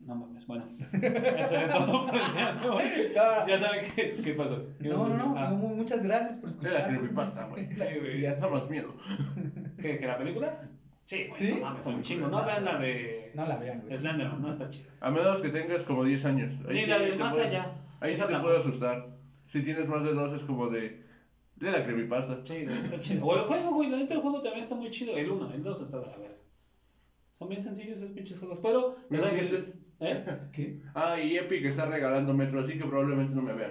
[SPEAKER 2] no mames. Bueno, eso era todo por el día de hoy. Ya saben qué, qué pasó. ¿Qué
[SPEAKER 1] No, no,
[SPEAKER 2] ibas a
[SPEAKER 1] no.
[SPEAKER 2] decir? Ah,
[SPEAKER 1] mu- Muchas gracias por
[SPEAKER 3] Es
[SPEAKER 1] escuchar.
[SPEAKER 3] la creepypasta, güey.
[SPEAKER 2] Sí, güey.
[SPEAKER 1] Ya
[SPEAKER 3] Da
[SPEAKER 1] sé.
[SPEAKER 3] más miedo.
[SPEAKER 2] ¿Qué, que la película? Sí, güey.
[SPEAKER 1] ¿Sí?
[SPEAKER 2] No mames, un chingo. No vean la de
[SPEAKER 1] No la vean, güey.
[SPEAKER 2] Slenderman, no está chida.
[SPEAKER 3] A menos que tengas como 10 años.
[SPEAKER 2] Ni
[SPEAKER 3] sí
[SPEAKER 2] la de
[SPEAKER 3] te
[SPEAKER 2] más
[SPEAKER 3] puedes-
[SPEAKER 2] allá.
[SPEAKER 3] Ahí sí
[SPEAKER 2] Esa
[SPEAKER 3] te
[SPEAKER 2] tampoco.
[SPEAKER 3] puede asustar. Si tienes más de dos es como de... De la creepypasta.
[SPEAKER 2] Sí, güey, está chido. O el juego, güey, la neta el juego también está muy chido. El 1, el 2 está de la verga. Son bien sencillos esos pinches juegos, pero... ya
[SPEAKER 3] ¿No
[SPEAKER 2] saben que-
[SPEAKER 3] dices?
[SPEAKER 2] ¿Eh?
[SPEAKER 1] ¿Qué?
[SPEAKER 3] Ah, y Epic está regalando metro, así que probablemente no me vean.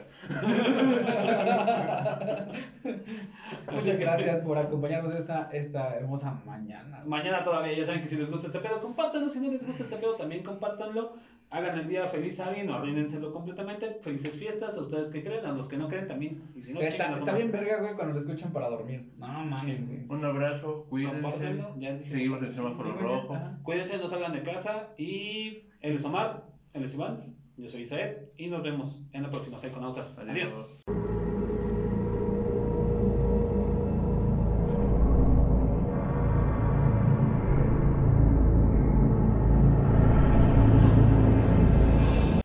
[SPEAKER 1] Muchas gracias por acompañarnos esta, esta hermosa mañana.
[SPEAKER 2] Mañana todavía, ya saben que si les gusta este pedo, compártanlo. Si no les gusta este pedo, también compártanlo. Hagan el día feliz a alguien o arruínenselo completamente. Felices fiestas a ustedes que creen, a los que no creen también. Y si no,
[SPEAKER 1] está,
[SPEAKER 2] chingan a su
[SPEAKER 1] está
[SPEAKER 2] madre.
[SPEAKER 1] bien verga, güey, cuando lo escuchan para dormir. No mames, güey.
[SPEAKER 3] Un abrazo, cuídense.
[SPEAKER 2] Compártanlo, ya dije.
[SPEAKER 3] Seguimos en semáforo
[SPEAKER 1] Sí, güey,
[SPEAKER 3] rojo.
[SPEAKER 1] ajá.
[SPEAKER 2] Cuídense, no salgan de casa. Y él es Omar, él es Iván, yo soy Isael. Y nos vemos en la próxima Psychonautas. Adiós.
[SPEAKER 3] Adiós.